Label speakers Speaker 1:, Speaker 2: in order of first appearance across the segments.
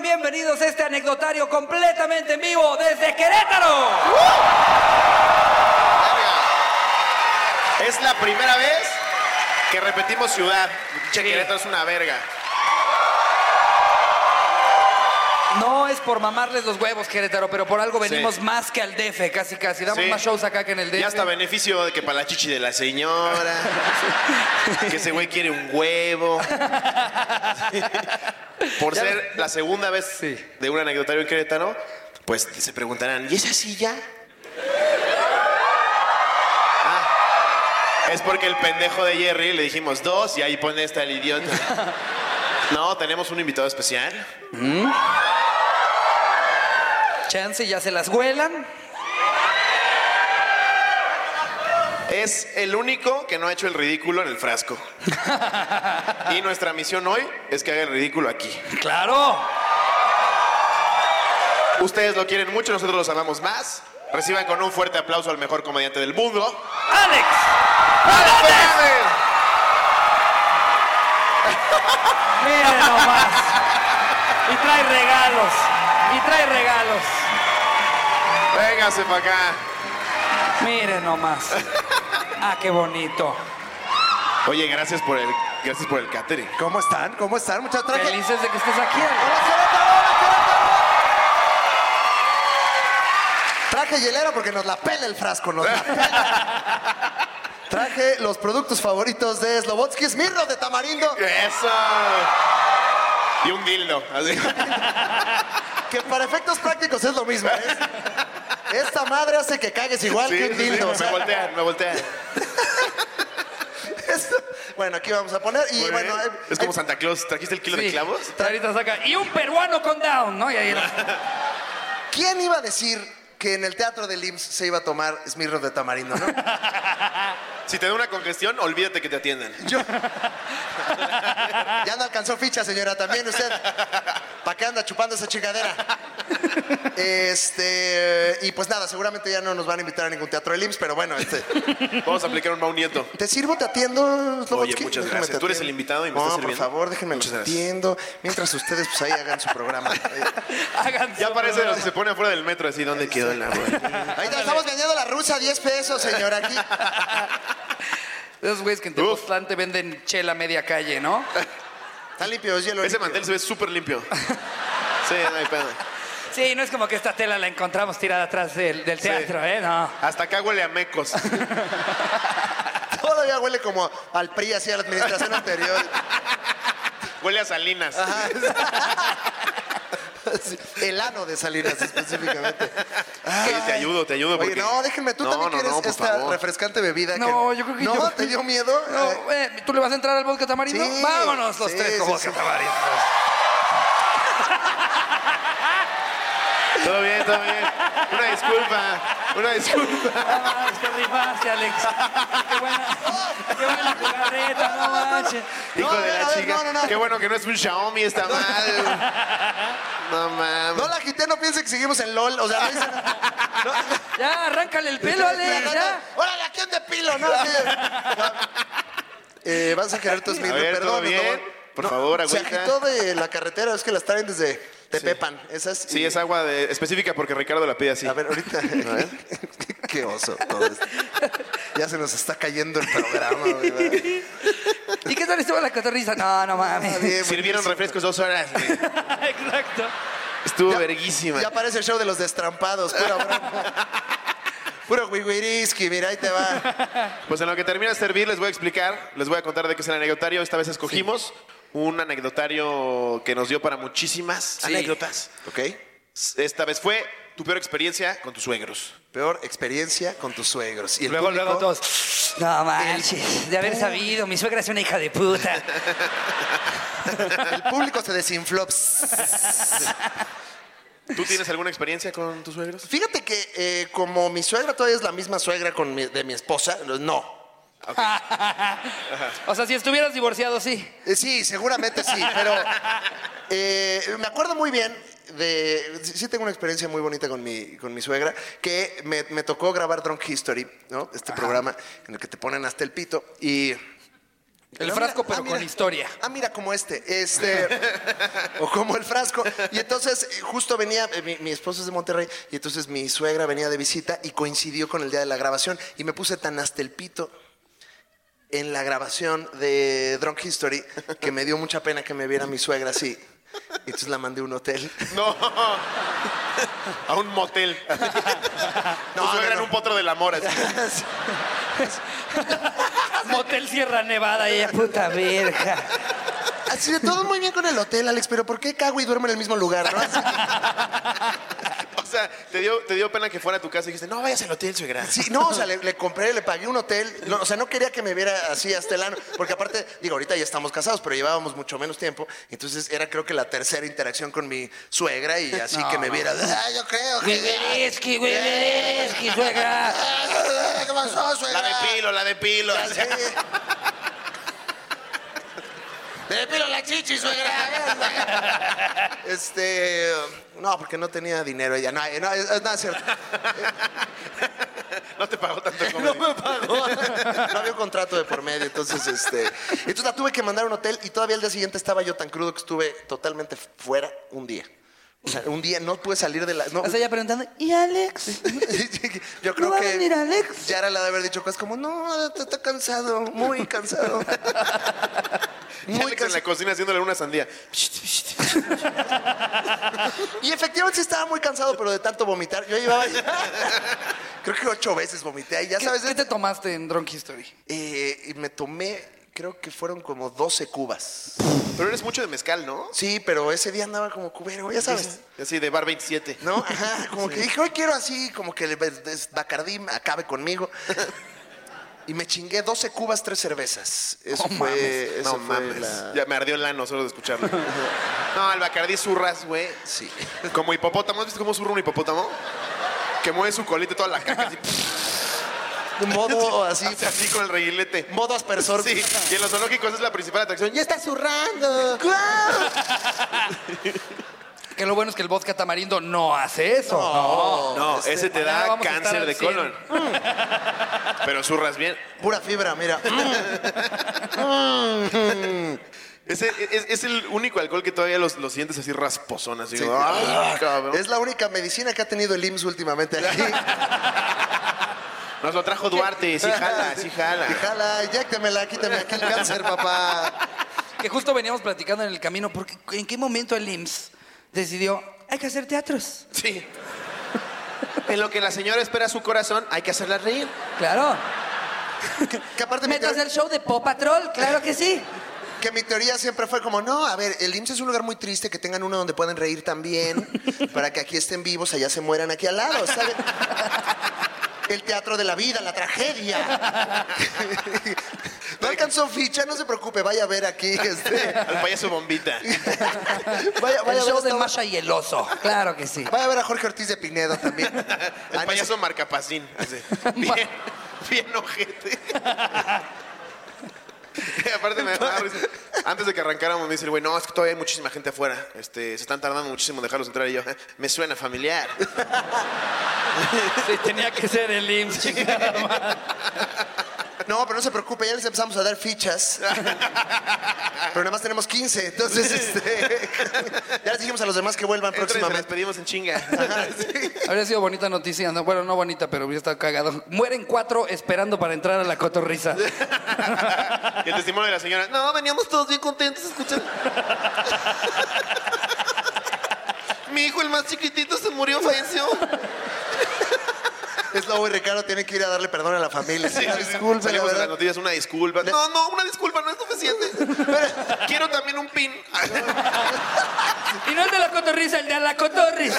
Speaker 1: bienvenidos a este anecdotario completamente en vivo desde Querétaro.
Speaker 2: Verga. Es la primera vez que repetimos ciudad. Che,
Speaker 1: Sí.
Speaker 2: Querétaro es una verga.
Speaker 1: No es por mamarles los huevos, Querétaro, pero por algo venimos
Speaker 2: Sí.
Speaker 1: más que al DF, casi casi. Damos
Speaker 2: Sí.
Speaker 1: más shows acá que en el DF.
Speaker 2: Ya hasta beneficio de que para la chichi de la señora. que ese güey quiere un huevo. Por
Speaker 1: Ya
Speaker 2: ser la segunda vez
Speaker 1: Sí.
Speaker 2: de un anecdotario en Querétaro, pues se preguntarán, ¿y es así ya? Ah, es porque el pendejo de Jerry le dijimos dos y ahí pone esta el idiota. No, tenemos un invitado especial.
Speaker 1: Chance ya se las huelan.
Speaker 2: Es el único que no ha hecho el ridículo en el frasco. y nuestra misión hoy es que haga el ridículo aquí.
Speaker 1: ¡Claro!
Speaker 2: Ustedes lo quieren mucho, nosotros los amamos más. Reciban con un fuerte aplauso al mejor comediante del mundo.
Speaker 1: ¡Alex!
Speaker 2: ¡Alex Fernández!
Speaker 1: Miren nomás. Y trae regalos. Y trae regalos.
Speaker 2: Véngase para acá.
Speaker 1: Miren nomás. Ah, qué bonito.
Speaker 2: Oye, gracias por el, gracias por el catering.
Speaker 3: ¿Cómo están? ¿Cómo están? Muchas gracias.
Speaker 1: Felices de que estés aquí. Alex.
Speaker 3: ¡Hola, Querétaro! ¡Hola, Querétaro! Traje hielera porque nos la pela el frasco, nos la pela. Traje los productos favoritos de Slobotsky, Smirno de Tamarindo,
Speaker 2: ¡Eso! Y un dildo. así.
Speaker 3: que para efectos prácticos es lo mismo. ¿eh? Esta madre hace que cagues igual
Speaker 2: Sí,
Speaker 3: que un
Speaker 2: sí, sí,
Speaker 3: Ah, dildo. o
Speaker 2: me
Speaker 3: sea,
Speaker 2: voltean, me voltean.
Speaker 3: esto- bueno, aquí vamos a poner y
Speaker 2: Muy
Speaker 3: bueno,
Speaker 2: bien.
Speaker 3: eh,
Speaker 2: es como Santa Claus. ¿Trajiste el kilo de
Speaker 1: Sí.
Speaker 2: clavos?
Speaker 1: Ahorita saca. Y un peruano con down, ¿no? Y ahí era.
Speaker 3: eh, ¿quién iba a decir que en el teatro del IMSS se iba a tomar Smirno de Tamarindo, no?
Speaker 2: Si te da una congestión, olvídate que te atiendan.
Speaker 3: Ya no alcanzó ficha, señora, también usted. ¿Para qué anda chupando esa chingadera? Este, y pues nada, seguramente ya no nos van a invitar a ningún teatro del IMSS, pero bueno, este.
Speaker 2: Vamos a aplicar un mau nieto.
Speaker 3: ¿Te sirvo, te atiendo, Slobodsky?
Speaker 2: Oye, muchas
Speaker 3: Déjame
Speaker 2: gracias.
Speaker 3: te
Speaker 2: Tú eres
Speaker 3: atiendo.
Speaker 2: el invitado y me
Speaker 3: no,
Speaker 2: estás
Speaker 3: por
Speaker 2: sirviendo.
Speaker 3: favor, déjenme los
Speaker 2: Muchas gracias.
Speaker 3: atiendo. Mientras ustedes, pues ahí hagan su programa. Ahí
Speaker 1: Hagan
Speaker 2: Ya
Speaker 1: su-
Speaker 2: parece de los que se pone afuera del metro así, ¿dónde quedó el agua?
Speaker 3: está, estamos vendiendo la rusa, 10 pesos, señora, aquí.
Speaker 1: Esos güeyes que en
Speaker 2: Uf.
Speaker 1: Tepoztlán te venden chela a media calle, ¿no?
Speaker 3: Está limpio, es hielo
Speaker 2: Ese
Speaker 3: limpio.
Speaker 2: mantel se ve súper limpio. Sí, no hay pedo.
Speaker 1: Sí, no es como que esta tela la encontramos tirada atrás del, del teatro, ¿eh? No.
Speaker 2: Hasta acá huele a mecos.
Speaker 3: Todavía huele como al PRI, así a la administración anterior.
Speaker 2: Huele a salinas.
Speaker 3: Sí, El ano de Salinas, específicamente.
Speaker 2: Oye, te ayudo, te ayudo.
Speaker 3: Oye,
Speaker 2: porque-
Speaker 3: no, déjenme, tú también quieres
Speaker 2: por
Speaker 3: esta
Speaker 2: favor.
Speaker 3: refrescante bebida. que-
Speaker 1: No, yo creo que
Speaker 3: ¿No?
Speaker 1: yo-
Speaker 3: ¿Te dio miedo?
Speaker 1: No, eh, ¿Tú le vas a entrar al vodka tamarindo?
Speaker 3: Sí,
Speaker 1: Vámonos los
Speaker 3: sí,
Speaker 1: tres con
Speaker 3: sí,
Speaker 1: vodka
Speaker 3: sí.
Speaker 1: tamarindo.
Speaker 2: Todo bien, todo bien. Una disculpa, una disculpa.
Speaker 1: No manches, te Ah, rifaste, Alex. Qué buena, qué buena jugarreta, no manches.
Speaker 2: Hijo
Speaker 3: No, a
Speaker 2: de
Speaker 3: ver,
Speaker 2: la
Speaker 3: a ver,
Speaker 2: chica.
Speaker 3: no, no, no.
Speaker 2: Qué bueno que no es un Xiaomi esta madre. No mames.
Speaker 3: No la agité, no piense que seguimos en LOL. O sea, no hice nada.
Speaker 1: Ya, arráncale el pelo, Alex, ya.
Speaker 3: ¡Órale, aquí un depilo! ¿no? Sí. No. Eh, vas a querer tu
Speaker 2: a
Speaker 3: Smirnoff,
Speaker 2: ver,
Speaker 3: perdón.
Speaker 2: todo
Speaker 3: por
Speaker 2: bien.
Speaker 3: favor.
Speaker 2: Por favor,
Speaker 3: Se
Speaker 2: agüita.
Speaker 3: agitó de la carretera, es que las traen desde Tepepan. Esas.
Speaker 2: Sí, es agua de- específica porque Ricardo la pide así.
Speaker 3: A ver, ahorita. Qué oso todo esto. Ya se nos está cayendo el programa, ¿verdad?
Speaker 1: ¿Y qué tal estuvo la cotorriza? No, no
Speaker 3: Está
Speaker 1: mames.
Speaker 3: bien,
Speaker 2: Sirvieron
Speaker 3: buenísimo.
Speaker 2: refrescos dos horas. güey.
Speaker 1: Exacto.
Speaker 2: Estuvo
Speaker 3: Ya-
Speaker 2: verguísima.
Speaker 3: Ya parece el show de los destrampados, pura broma. Puro wigwiriski, mira, ahí te va.
Speaker 2: Pues en lo que termina de servir, les voy a explicar, les voy a contar de qué es el anecdotario. Esta vez escogimos un anecdotario que nos dio para muchísimas anécdotas.
Speaker 3: ¿Ok?
Speaker 2: Esta vez fue tu peor experiencia con tus suegros.
Speaker 3: Peor experiencia con tus suegros. Y el
Speaker 1: Luego,
Speaker 3: público-
Speaker 1: luego todos. No manches, de haber sabido, mi suegra es una hija de puta.
Speaker 3: El público se desinfló. Psst.
Speaker 2: ¿Tú tienes alguna experiencia con tus suegros?
Speaker 3: Fíjate que eh, como mi suegra todavía es la misma suegra con mi- de mi esposa, no.
Speaker 1: O sea, si estuvieras divorciado, sí.
Speaker 3: Eh, sí, seguramente sí, pero eh, me acuerdo muy bien de... sí- Sí tengo una experiencia muy bonita con mi, con mi suegra, que me, me tocó grabar Drunk History, ¿no? Este programa en el que te ponen hasta el pito y...
Speaker 1: El frasco, pero con historia.
Speaker 3: Ah, mira, como este. Este. o como el frasco. Y entonces, eh, justo venía, eh, mi, mi esposo es de Monterrey, y entonces mi suegra venía de visita y coincidió con el día de la grabación. Y me puse tan hasta el pito en la grabación de Drunk History que me dio mucha pena que me viera mi suegra así. Y entonces la mandé a un hotel.
Speaker 2: No. A un motel.
Speaker 3: No,
Speaker 2: No,
Speaker 3: no,
Speaker 2: suegra en
Speaker 3: no.
Speaker 2: un potro del amor. así.
Speaker 1: Motel Sierra Nevada y ella, puta verga.
Speaker 3: Así de todo muy bien con el hotel, Alex, pero ¿por qué cago y duermo en el mismo lugar? no? Así-
Speaker 2: O sea, te dio, te dio pena que fuera a tu casa y dijiste, no, vayas al hotel, suegra.
Speaker 3: Sí, no, o sea, le, le compré, le pagué un hotel. No, o sea, no quería que me viera así hasta el ano. Porque aparte, digo, ahorita ya estamos casados, pero llevábamos mucho menos tiempo. Entonces era creo que la tercera interacción con mi suegra y así que me viera. "Ah, yo creo que...
Speaker 1: Webereski, webereski, suegra.
Speaker 3: ¿Qué pasó,
Speaker 2: La
Speaker 3: suegra?
Speaker 2: de pilo, la de pilo.
Speaker 3: Sí. Le pilo la chichi, suegra. Este. No, porque no tenía dinero ella. No, no, es, es- no, es cierto.
Speaker 2: No te pagó tanto como...
Speaker 3: No me pagó. No había un contrato de por medio, entonces este, entonces la tuve que mandar a un hotel y todavía el día siguiente estaba yo tan crudo que estuve totalmente fuera un día. O sea, un día no pude salir de la no.
Speaker 1: O sea, ella preguntando, ¿y Alex?
Speaker 3: yo creo
Speaker 1: ¿No va a
Speaker 3: que
Speaker 1: venir Alex?
Speaker 3: Yara le ha de haber dicho cosas como, "No, te está cansado, muy cansado."
Speaker 2: Y
Speaker 3: muy
Speaker 2: Alex en
Speaker 3: cansado.
Speaker 2: la cocina haciéndole una sandía.
Speaker 3: Y efectivamente sí estaba muy cansado, pero de tanto vomitar, yo llevaba creo que ocho veces vomité ahí, ya
Speaker 1: ¿Qué,
Speaker 3: sabes.
Speaker 1: qué te tomaste en Drunk History?
Speaker 3: eh, y me tomé, creo que fueron como 12 cubas.
Speaker 2: Pero eres mucho de mezcal, ¿no?
Speaker 3: Sí, pero ese día andaba como cubero, ya sabes.
Speaker 2: Así de bar 27.
Speaker 3: ¿No? Ajá, como que dije, hoy quiero así, como que el des- Bacardí acabe conmigo. Y me chingué 12 cubas, tres cervezas. Eso
Speaker 1: No
Speaker 3: fue.
Speaker 1: mames,
Speaker 3: eso
Speaker 2: No
Speaker 3: fue
Speaker 2: mames.
Speaker 3: la-
Speaker 2: Ya me ardió el ano solo de escucharlo. no, el Bacardí zurras, güey.
Speaker 3: Sí.
Speaker 2: Como hipopótamo. ¿Has visto cómo zurra un hipopótamo? Que mueve su colita y toda la caca así,
Speaker 3: De
Speaker 1: Oh,
Speaker 3: modo así.
Speaker 2: hace así con el reguilete.
Speaker 3: modo aspersor.
Speaker 2: Sí, y en los zoológicos es la principal atracción.
Speaker 3: Ya está zurrando. ¡Guau!
Speaker 1: Que lo bueno es que el vodka tamarindo no hace eso. No, este,
Speaker 2: No, ese te
Speaker 1: mañana
Speaker 2: da
Speaker 1: vamos a estar
Speaker 2: cáncer
Speaker 1: al
Speaker 2: de
Speaker 1: 100.
Speaker 2: colon. Pero zurras bien.
Speaker 3: Pura fibra, mira.
Speaker 2: Ese- Es, es el único alcohol que todavía los, los sientes así rasposón, así. como,
Speaker 1: Ah,
Speaker 2: "Ay, cabrón".
Speaker 3: Es la única medicina que ha tenido el IMSS últimamente aquí.
Speaker 2: Nos lo trajo Duarte, sí jala, sí jala.
Speaker 3: Jala, inyéctemela, quítame aquí el cáncer, papá.
Speaker 1: Que justo veníamos platicando en el camino, porque ¿en qué momento el IMSS decidió, hay que hacer teatros?
Speaker 2: Sí. En lo que la señora espera su corazón, hay que hacerla reír.
Speaker 1: Claro.
Speaker 3: Que aparte mi
Speaker 1: Metas
Speaker 3: teoría-
Speaker 1: el show de Pop Patrol, claro que sí.
Speaker 3: Que mi teoría siempre fue como, no, a ver, el IMSS es un lugar muy triste, que tengan uno donde puedan reír también, para que aquí estén vivos, allá se mueran aquí al lado, ¿sabes? El teatro de la vida, la tragedia. No alcanzó ficha, no se preocupe, vaya a ver aquí. Este,
Speaker 2: Al payaso bombita.
Speaker 3: vaya, vaya,
Speaker 1: El
Speaker 3: a
Speaker 1: show
Speaker 3: ver
Speaker 1: de
Speaker 3: esta-
Speaker 1: Masha y el oso, claro que sí.
Speaker 3: vaya a ver a Jorge Ortiz de Pinedo también.
Speaker 2: Al payaso marcapacín. así. Bien, bien ojete. Y aparte me da risa. Antes de que arrancáramos me dice el güey, no, es que todavía hay muchísima gente afuera. Este, se están tardando muchísimo en dejarlos entrar. Y yo, "Eh, me suena familiar.
Speaker 1: Sí, tenía que ser el IMSS, chingada madre.
Speaker 3: No, pero no se preocupe, ya les empezamos a dar fichas. Pero nada más tenemos 15, entonces este, ya les dijimos a los demás que vuelvan
Speaker 2: Entren y se las
Speaker 3: próximamente.
Speaker 2: pedimos en chinga.
Speaker 1: Habría sido bonita noticia, no, bueno, no bonita, pero hubiera estado cagado. Mueren cuatro esperando para entrar a la cotorriza.
Speaker 2: Y el testimonio de la señora, no, veníamos todos bien contentos escuchando. Mi hijo, el más chiquitito, se murió, falleció.
Speaker 3: Es Lobo y Ricardo tienen que ir a darle perdón a la familia. Disculpe, la
Speaker 2: Salimos en las
Speaker 3: verdad.
Speaker 2: noticias, una disculpa. No, no, una disculpa no es suficiente. Pero Quiero también un pin.
Speaker 1: Y no el de la cotorriza, el de la cotorris.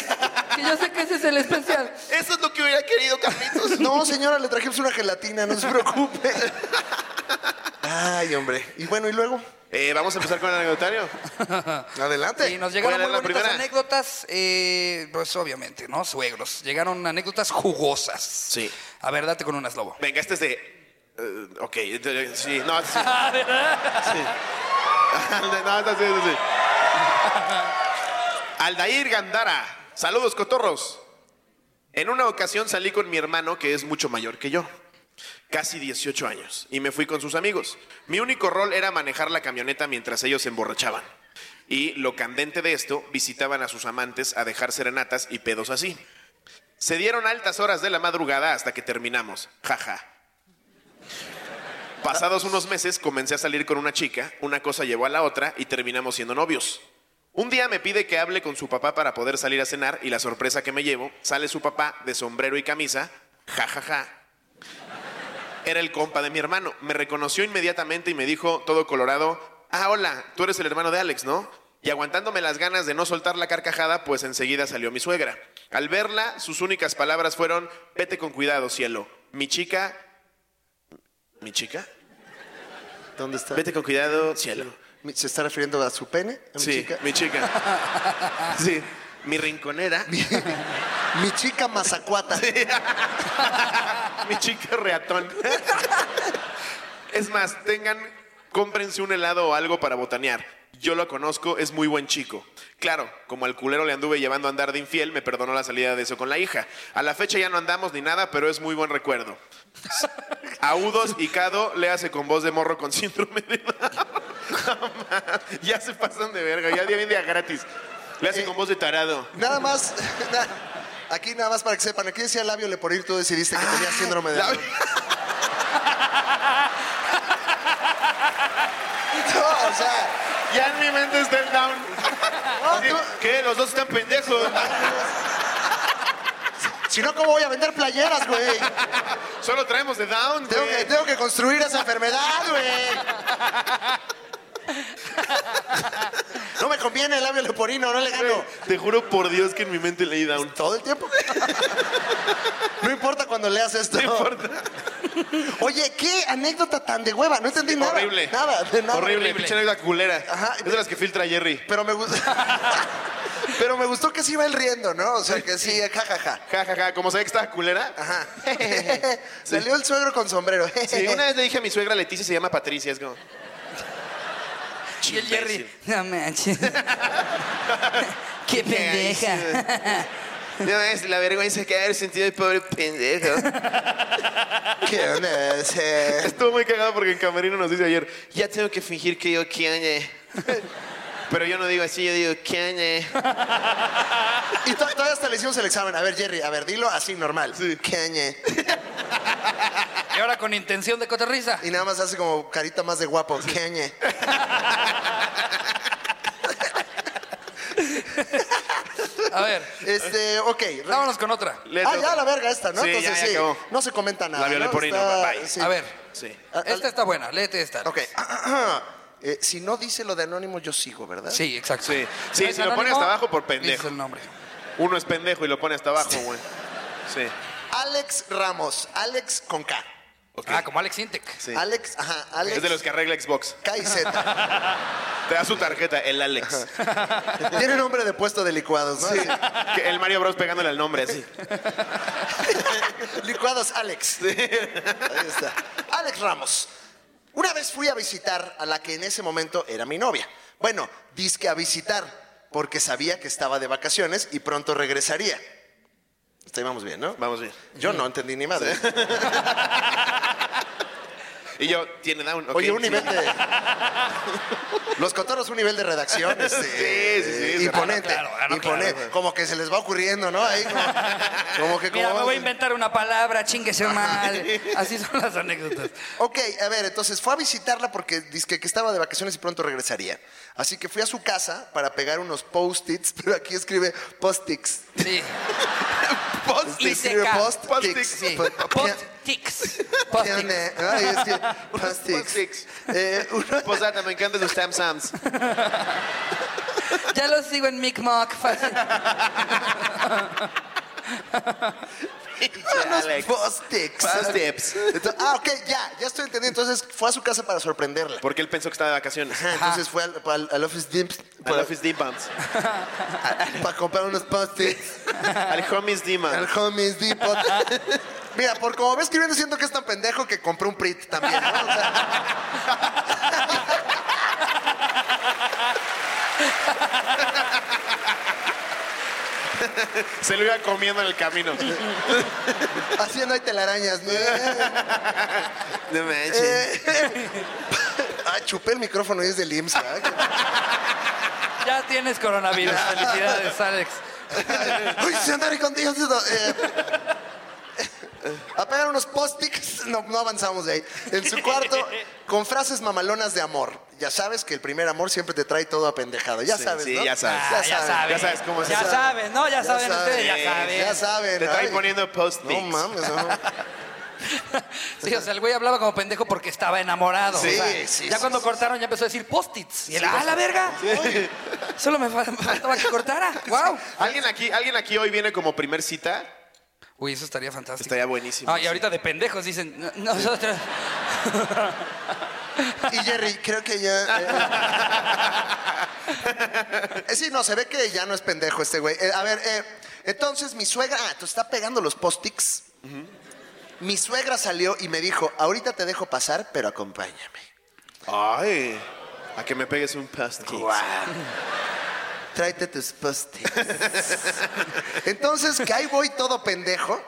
Speaker 1: Que yo sé que ese es el especial.
Speaker 2: Eso es lo que hubiera querido, Carlitos.
Speaker 3: pues, No, señora, le trajimos una gelatina, no se preocupe. Ay, hombre. Y bueno, y luego,
Speaker 2: Eh, vamos a empezar con el anecdotario.
Speaker 3: adelante.
Speaker 1: Y nos llegaron
Speaker 2: Voy a
Speaker 1: muy
Speaker 2: leer la
Speaker 1: bonitas
Speaker 2: primera.
Speaker 1: anécdotas, eh, pues obviamente, ¿no? Suegros. Llegaron anécdotas jugosas.
Speaker 2: Sí.
Speaker 1: A ver, date con unas lobo.
Speaker 2: Venga, este es de. eh, ok, eh, sí, no, sí. Sí. no, esta sí, esta sí. Aldair Gandara. Saludos, cotorros. En una ocasión salí con mi hermano, que es mucho mayor que yo. Casi 18 años. Y me fui con sus amigos. Mi único rol era manejar la camioneta mientras ellos se emborrachaban. Y lo candente de esto, visitaban a sus amantes a dejar serenatas y pedos así. Se dieron altas horas de la madrugada hasta que terminamos. Jaja. Pasados unos meses comencé a salir con una chica, una cosa llevó a la otra y terminamos siendo novios. Un día me pide que hable con su papá para poder salir a cenar y la sorpresa que me llevo, sale su papá de sombrero y camisa. jajaja. Era el compa de mi hermano. Me reconoció inmediatamente y me dijo, todo colorado, ah, hola, tú eres el hermano de Alex, ¿no? Y aguantándome las ganas de no soltar la carcajada, pues enseguida salió mi suegra. Al verla, sus únicas palabras fueron, vete con cuidado, cielo. Mi chica... ¿Mi chica?
Speaker 3: ¿Dónde está?
Speaker 2: Vete con cuidado, cielo.
Speaker 3: Mi- ¿Se está refiriendo a su pene? ¿A mi
Speaker 2: sí,
Speaker 3: chica?
Speaker 2: mi chica. Sí, mi rinconera.
Speaker 3: Mi chica mazacuata.
Speaker 2: Mi chica reatón. Es más, tengan, cómprense un helado o algo para botanear. Yo lo conozco, es muy buen chico. Claro, como al culero le anduve llevando a andar de infiel, me perdonó la salida de eso con la hija. A la fecha ya no andamos ni nada, pero es muy buen recuerdo. Audos y Cado le hace con voz de morro con síndrome de Down. No, man, ya se pasan de verga, ya viene día gratis. Le hace con voz de tarado.
Speaker 3: Nada más. na- aquí nada más para que sepan. Aquí decía labio le por ir, tú decidiste que tenía síndrome de
Speaker 2: La-
Speaker 3: Down. No, o sea,
Speaker 2: Ya en mi mente está el down. Así, ¿Qué? Los dos están pendejos.
Speaker 3: si no, ¿cómo voy a vender playeras, güey?
Speaker 2: Solo traemos de down.
Speaker 3: Tengo
Speaker 2: güey.
Speaker 3: que, tengo que construir esa enfermedad, güey. No me conviene el labio leporino, no le gano.
Speaker 2: Te juro por Dios que en mi mente leí down.
Speaker 3: Todo el tiempo. No importa cuando leas esto. Oye, qué anécdota tan de hueva. No entendí nada.
Speaker 2: Horrible.
Speaker 3: Nada, de nada.
Speaker 2: Horrible. Pinche anécdota culera.
Speaker 3: Ajá.
Speaker 2: Es de las que filtra Jerry.
Speaker 3: Pero me gustó. Pero me gustó que sí iba el riendo, ¿no? O sea, que sí, jajaja.
Speaker 2: Ja, ja, ja. Como sabía que estaba culera.
Speaker 3: Ajá. Salió el suegro con sombrero.
Speaker 2: Sí, una vez le dije a mi suegra Leticia se llama Patricia. Es como.
Speaker 1: Y el Jerry.
Speaker 2: Imbécil.
Speaker 1: No manches. Qué pendeja.
Speaker 2: No, es la vergüenza que ha sentido el pobre pendejo.
Speaker 3: ¿Qué onda? ese?
Speaker 2: Estuvo muy cagado porque en Camerino nos dice ayer, ya tengo que fingir que yo quiere. Pero yo no digo así, yo digo quiere.
Speaker 3: Y to- todavía hasta le hicimos el examen. A ver, Jerry, a ver, dilo así, normal.
Speaker 2: Sí.
Speaker 3: ¿Qué añe?
Speaker 1: Y ahora con intención de cotorriza.
Speaker 3: Y nada más hace como carita más de guapo. ¿Qué añe?
Speaker 1: A ver,
Speaker 3: Este, ok.
Speaker 1: vámonos con otra.
Speaker 3: Ah, ya la verga esta, ¿no?
Speaker 2: Sí, ya,
Speaker 3: Entonces
Speaker 2: ya
Speaker 3: sí.
Speaker 2: acabó.
Speaker 3: No se comenta nada.
Speaker 2: La violé
Speaker 3: ¿no?
Speaker 2: por ahí, no,
Speaker 3: Está-
Speaker 2: bye.
Speaker 3: sí.
Speaker 1: A ver,
Speaker 2: Sí.
Speaker 3: Ah,
Speaker 1: esta está buena, léete esta.
Speaker 3: Ok. Eh, si no dice lo de anónimo, yo sigo, ¿verdad?
Speaker 1: Sí, exacto.
Speaker 2: Sí. Sí,
Speaker 1: ¿No es
Speaker 2: si lo pone
Speaker 1: anónimo?
Speaker 2: hasta abajo, por pendejo.
Speaker 1: Dices el nombre.
Speaker 2: Uno es pendejo y lo pone hasta abajo, güey. Sí.
Speaker 3: Alex Ramos. Alex con K.
Speaker 2: ok.
Speaker 1: Ah, como Alex Intec.
Speaker 2: Sí.
Speaker 3: Alex, ajá. Alex
Speaker 2: Es de los que arregla Xbox.
Speaker 3: K y Z.
Speaker 2: Te da su tarjeta, el Alex.
Speaker 3: Tiene nombre de puesto de licuados, ¿no?
Speaker 2: Que el Mario Bros pegándole al nombre así.
Speaker 3: Licuados Alex. Ahí está. Alex Ramos. Una vez fui a visitar a la que en ese momento era mi novia. Bueno, disque a visitar, porque sabía que estaba de vacaciones y pronto regresaría. Hasta ahí vamos bien, ¿no?
Speaker 2: Vamos bien.
Speaker 3: Yo no entendí ni madre.
Speaker 2: Y yo, tiene down. ok.
Speaker 3: Oye, un nivel de. Los cotorros, un nivel de redacción este,
Speaker 2: Sí, sí, sí,
Speaker 3: eh,
Speaker 2: sí.
Speaker 3: imponente.
Speaker 1: Ah, no, claro, ah, no,
Speaker 3: imponente.
Speaker 1: claro.
Speaker 3: Como que se les va ocurriendo, ¿no? Ahí como, como que como.
Speaker 1: Mira, me
Speaker 3: vamos-
Speaker 1: voy a inventar una palabra, chinguese mal. Así son las anécdotas.
Speaker 3: Ok, a ver, entonces fue a visitarla porque dice que estaba de vacaciones y pronto regresaría. Así que fui a su casa para pegar unos post-its, pero aquí escribe post-its.
Speaker 1: Sí.
Speaker 2: Post-it.
Speaker 1: Y se
Speaker 3: Escribe
Speaker 1: ca-
Speaker 3: post-its.
Speaker 2: Post-its, sí.
Speaker 3: Po-
Speaker 1: Post ticks. Post
Speaker 3: Pues, ¿Qué
Speaker 1: ticks.
Speaker 3: onda? Ay, es que-
Speaker 2: post-its.
Speaker 3: Post-its. Eh, uno-
Speaker 2: Posata, me encantan los Tam Sams.
Speaker 1: Ya lo sigo en Micmac. Fácil.
Speaker 3: unos post-its.
Speaker 2: Post-its.
Speaker 3: Entonces- ah, ok, ya, ya estoy entendiendo. Entonces fue a su casa para sorprenderla.
Speaker 2: Porque él pensó que estaba de vacaciones.
Speaker 3: Ajá, Entonces fue al, al- al Office Dimps
Speaker 2: Al
Speaker 3: para,
Speaker 2: Office Dimpams.
Speaker 3: para comprar unos post-its.
Speaker 2: Al Homies
Speaker 3: Al
Speaker 2: Dimas.
Speaker 3: Homies Depot. Mira, por como ves escribiendo, siento que es tan pendejo que compré un Prit también. ¿no? O sea,
Speaker 2: Se lo iba comiendo en el camino.
Speaker 3: Así no hay telarañas. ¿no?
Speaker 2: No manches.
Speaker 3: Eh, Ah, chupé el micrófono y es del IMSS. ¿verdad?
Speaker 1: Ya tienes coronavirus. Felicidades, Alex.
Speaker 3: Uy, se andaré con Dios. no, eh. A pegar unos post-its, no, no avanzamos de ahí. En su cuarto, con frases mamalonas de amor. Ya sabes que el primer amor siempre te trae todo apendejado. Ya
Speaker 2: Sí,
Speaker 3: sabes,
Speaker 2: sí,
Speaker 3: ¿no?
Speaker 2: ya sabes.
Speaker 1: Ah, ya saben.
Speaker 2: Ya sabes cómo es
Speaker 1: Ya
Speaker 2: eso.
Speaker 1: saben, ¿no? Ah, Ya,
Speaker 3: Ya
Speaker 1: saben
Speaker 3: saben.
Speaker 1: ustedes, ya saben.
Speaker 3: Ya saben.
Speaker 2: Te trae
Speaker 3: ay.
Speaker 2: poniendo post-its.
Speaker 3: No mames, no.
Speaker 1: Sí, o sea, el güey hablaba como pendejo porque estaba enamorado.
Speaker 3: Sí,
Speaker 1: o sea,
Speaker 3: sí,
Speaker 1: ya
Speaker 3: sí,
Speaker 1: cuando
Speaker 3: sí.
Speaker 1: cortaron ya empezó a decir post-its. Y él, ¡ah, la verga! Oye, Solo me fa- me faltaba que cortara. ¡Wow!
Speaker 2: ¿Alguien aquí, ¿Alguien aquí hoy viene como primer cita?
Speaker 1: Uy, eso estaría fantástico.
Speaker 2: Estaría buenísimo,
Speaker 1: Ah, y
Speaker 2: sí.
Speaker 1: ahorita de pendejos dicen, "No, nosotros...
Speaker 3: Y Jerry, creo que ya. eh, eh, sí, no, se ve que ya no es pendejo este güey. Eh, a ver, eh, entonces mi suegra. Ah, tú está pegando los post-its. Mi suegra salió y me dijo: Ahorita te dejo pasar, pero acompáñame.
Speaker 2: Ay. A que me pegues un post-it.
Speaker 3: Tráete tus post-its. Entonces, que ahí voy todo pendejo.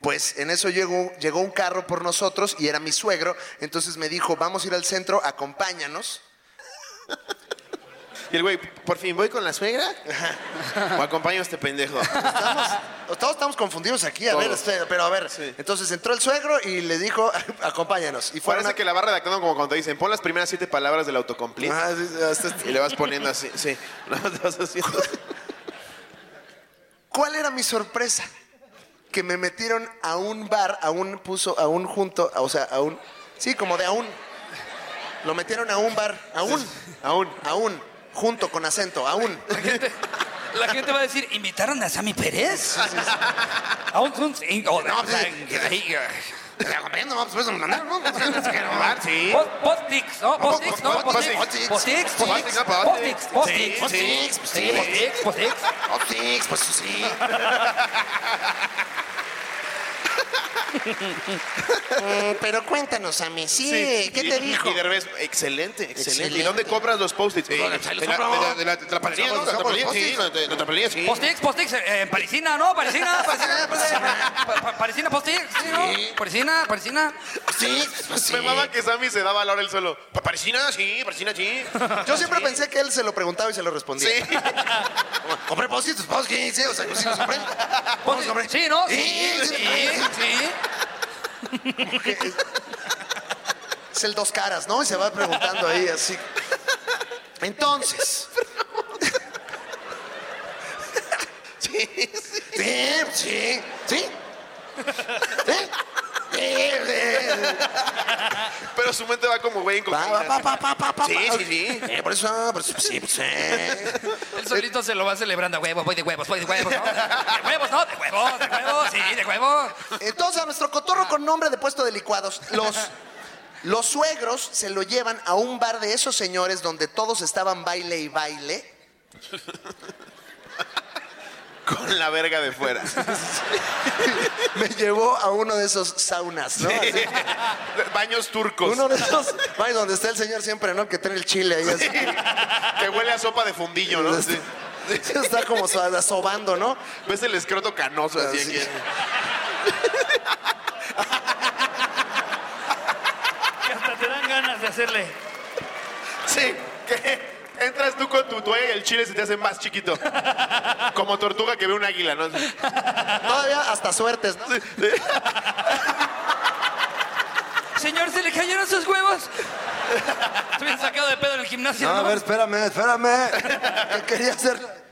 Speaker 3: Pues en eso llegó, llegó un carro por nosotros y era mi suegro. Entonces me dijo, vamos a ir al centro, acompáñanos.
Speaker 2: Y el güey, por fin, ¿voy con la suegra? ¿O acompaño a este pendejo?
Speaker 3: Estamos, todos estamos confundidos aquí, a
Speaker 2: Todos.
Speaker 3: ver, este, pero a ver.
Speaker 2: Sí.
Speaker 3: Entonces entró el suegro y le dijo, acompáñanos. Y fueron
Speaker 2: Parece
Speaker 3: a-
Speaker 2: que la va redactando como cuando dicen, pon las primeras siete palabras del autocomplete.
Speaker 3: Ah, sí, sí, hasta este-
Speaker 2: Y le vas poniendo así, sí. Nada más le vas haciendo.
Speaker 3: ¿Cuál era mi sorpresa? Que me metieron a un bar, a un puso, a un junto, o sea, a un. Sí, como de a un. Lo metieron a un bar, a un,
Speaker 2: Aún.
Speaker 3: a un, junto con acento, a un.
Speaker 1: La gente, la gente va a decir, ¿invitaron a Sammy Pérez? A un... un- sí, o- o sea, sí,
Speaker 3: pues,
Speaker 2: Sí.
Speaker 1: Post- Post-its, ¿no? Post-its, ¿no?
Speaker 2: Post-its,
Speaker 1: Post-its,
Speaker 2: post-its,
Speaker 1: post-its,
Speaker 2: post-its,
Speaker 1: post-its, post-its,
Speaker 2: post-its,
Speaker 3: post-its,
Speaker 1: sí, post-its, post-its.
Speaker 3: Optics, pues sí. Mm, Pero cuéntanos, a mí, sí, ¿qué
Speaker 2: Y-
Speaker 3: te dijo?
Speaker 2: Y de revés, excelente, excelente.
Speaker 3: Excelente.
Speaker 2: ¿Y dónde compras los post-its? Eh,
Speaker 3: ¿Dónde se los
Speaker 2: de la-
Speaker 3: compro?
Speaker 2: de la- de la- de la panadería, ¿no? De
Speaker 3: ¿Dónde
Speaker 2: la
Speaker 3: saco los
Speaker 2: panadería, sí.
Speaker 3: post-its?
Speaker 2: de- de la panadería, sí.
Speaker 1: Post-ix, post-ix, eh, en Parisina, ¿no? Parisina, Parisina, Parisina, Pa- pa- Parisina, post-ix, ¿sí,
Speaker 3: Sí.
Speaker 1: no? Parisina, Parisina.
Speaker 3: Sí, pues sí.
Speaker 2: Me mama que Sammy se da valor él solo. Pa- Parisina, sí, parisina, sí.
Speaker 3: Yo siempre pensé que él se lo preguntaba y se lo respondía.
Speaker 2: Sí.
Speaker 3: Compré post-its, pues sí, sí, o sea, pues sí, los compré. Vamos, compré.
Speaker 1: Sí, ¿no? Sí,
Speaker 3: Sí, sí,
Speaker 1: sí, sí.
Speaker 3: Es el dos caras, ¿no? Y se va preguntando ahí así. Entonces. Sí, sí, sí. Sí. Sí, sí.
Speaker 2: Pero su mente va como güey en
Speaker 3: Pa, pa,
Speaker 2: cocaína.
Speaker 3: pa, pa, pa, pa, pa.
Speaker 2: Sí, sí, sí.
Speaker 3: Eh, Por eso, por eso, sí, pues, eh. sí.
Speaker 1: Él solito se lo va celebrando. Huevos, voy de huevos, voy de huevos, ¿no? De huevos, ¿no? De huevos, de huevos, sí, de huevos.
Speaker 3: Entonces, a nuestro cotorro con nombre de puesto de licuados, los, los suegros se lo llevan a un bar de esos señores donde todos estaban baile y baile.
Speaker 2: Con la verga de fuera.
Speaker 3: Me llevó a uno de esos saunas, ¿no? Así,
Speaker 2: Baños turcos.
Speaker 3: uno de esos bares donde está el señor siempre, ¿no? Que trae el chile ahí. así. Este,
Speaker 2: Que huele a sopa de fundillo, ¿no? Sí.
Speaker 3: Está como so- sobando, ¿no?
Speaker 2: Ves el escroto canoso así
Speaker 3: Así.
Speaker 2: aquí.
Speaker 1: Que hasta te dan ganas de hacerle.
Speaker 2: Sí, que entras tú con tu toalla y el chile se te hace más chiquito. Como tortuga que ve un águila, ¿no? Sí.
Speaker 3: Todavía hasta suertes, ¿no?
Speaker 1: Señor, ¿se le cayeron sus huevos? Estuve sacado de pedo en el gimnasio, ¿no?
Speaker 3: espérame, espérame. Que quería hacer.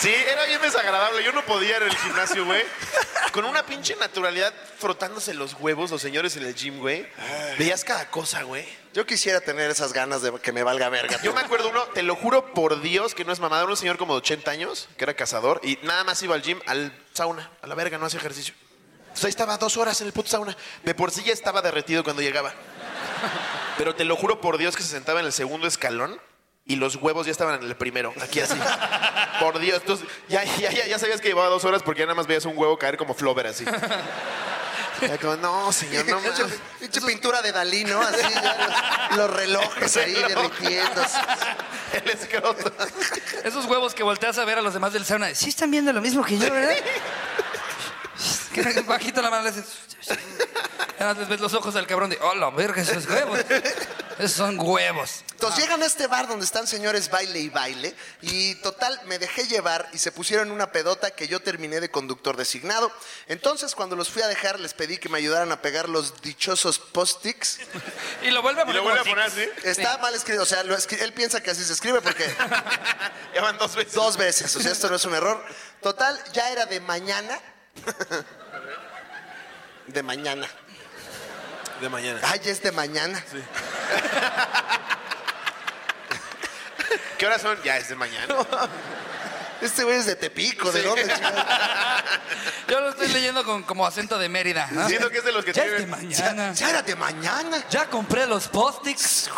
Speaker 2: Sí, era bien desagradable. Yo no podía ir al gimnasio, güey. Con una pinche naturalidad frotándose los huevos los señores en el gym, güey. Veías cada cosa, güey.
Speaker 3: Yo quisiera tener esas ganas de que me valga verga.
Speaker 2: Yo me acuerdo uno, te lo juro por Dios que no es mamada, un señor como de 80 años, que era cazador, y nada más iba al gym, al sauna, a la verga, no hacía ejercicio. Entonces ahí estaba dos horas en el puto sauna. De por sí ya estaba derretido cuando llegaba. Pero te lo juro por Dios que se sentaba en el segundo escalón y los huevos ya estaban en el primero, aquí así. Por Dios, entonces ya, ya, ya, ya sabías que llevaba dos horas porque ya nada más veías un huevo caer como flover así. Ya como, no, señor, no mames.
Speaker 3: Pinche pintura de Dalí, ¿no? Así, ya los, los relojes ahí derritiéndose.
Speaker 2: El escroto.
Speaker 1: Esos huevos que volteas a ver a los demás del sauna. Sí están viendo lo mismo que yo, ¿verdad? Que bajito la mano le haces... Nada más les ves los ojos al cabrón de... ¡Oh, la verga, esos huevos! Esos son huevos.
Speaker 2: Ah.
Speaker 3: Entonces llegan a este bar donde están señores baile y baile y total me dejé llevar y se pusieron una pedota que yo terminé de conductor designado. Entonces cuando los fui a dejar les pedí que me ayudaran a pegar los dichosos post-its.
Speaker 1: Y lo vuelve a
Speaker 2: Y
Speaker 1: poner.
Speaker 2: lo vuelve a
Speaker 1: como
Speaker 2: poner
Speaker 1: así.
Speaker 2: así.
Speaker 3: Está mal escrito, o sea, lo escri- él piensa que así se escribe porque
Speaker 2: Ya van dos veces.
Speaker 3: dos veces, o sea, esto no es un error. Total, ya era de mañana. De mañana.
Speaker 2: De mañana.
Speaker 3: Ay, es de mañana.
Speaker 2: ¿Qué horas son? Ya es de mañana.
Speaker 3: Este güey es de Tepico, ¿de
Speaker 2: Sí.
Speaker 3: dónde? chingada?
Speaker 1: Yo lo estoy leyendo con, como acento de Mérida. ¿no?
Speaker 2: Siento que es de los que
Speaker 1: Ah. ya es de
Speaker 2: tienen-
Speaker 1: mañana.
Speaker 3: Ya era de mañana.
Speaker 1: Ya compré los post-its,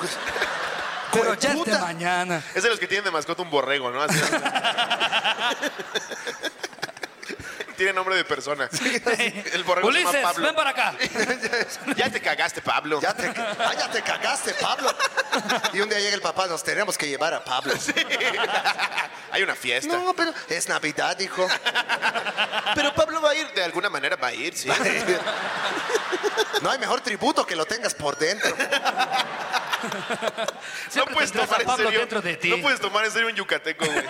Speaker 1: pero ya es de
Speaker 3: Jueputa.
Speaker 1: mañana.
Speaker 2: Es de los que tienen de mascota un borrego, ¿no? Así- Tiene nombre de persona. El borrego se llama
Speaker 1: Ulises,
Speaker 2: Pablo.
Speaker 1: ven para acá.
Speaker 2: Ya te cagaste, Pablo.
Speaker 3: Ya te, ah, ya te cagaste, Pablo. Y un día llega el papá, nos tenemos que llevar a Pablo.
Speaker 2: Hay una fiesta.
Speaker 3: No, pero es Navidad, hijo.
Speaker 2: Pero Pablo va a ir, de alguna manera va a ir, sí.
Speaker 3: No hay mejor tributo que lo tengas por dentro.
Speaker 1: Siempre tendrás a Pablo dentro de ti.
Speaker 2: No puedes tomar en serio un yucateco, güey.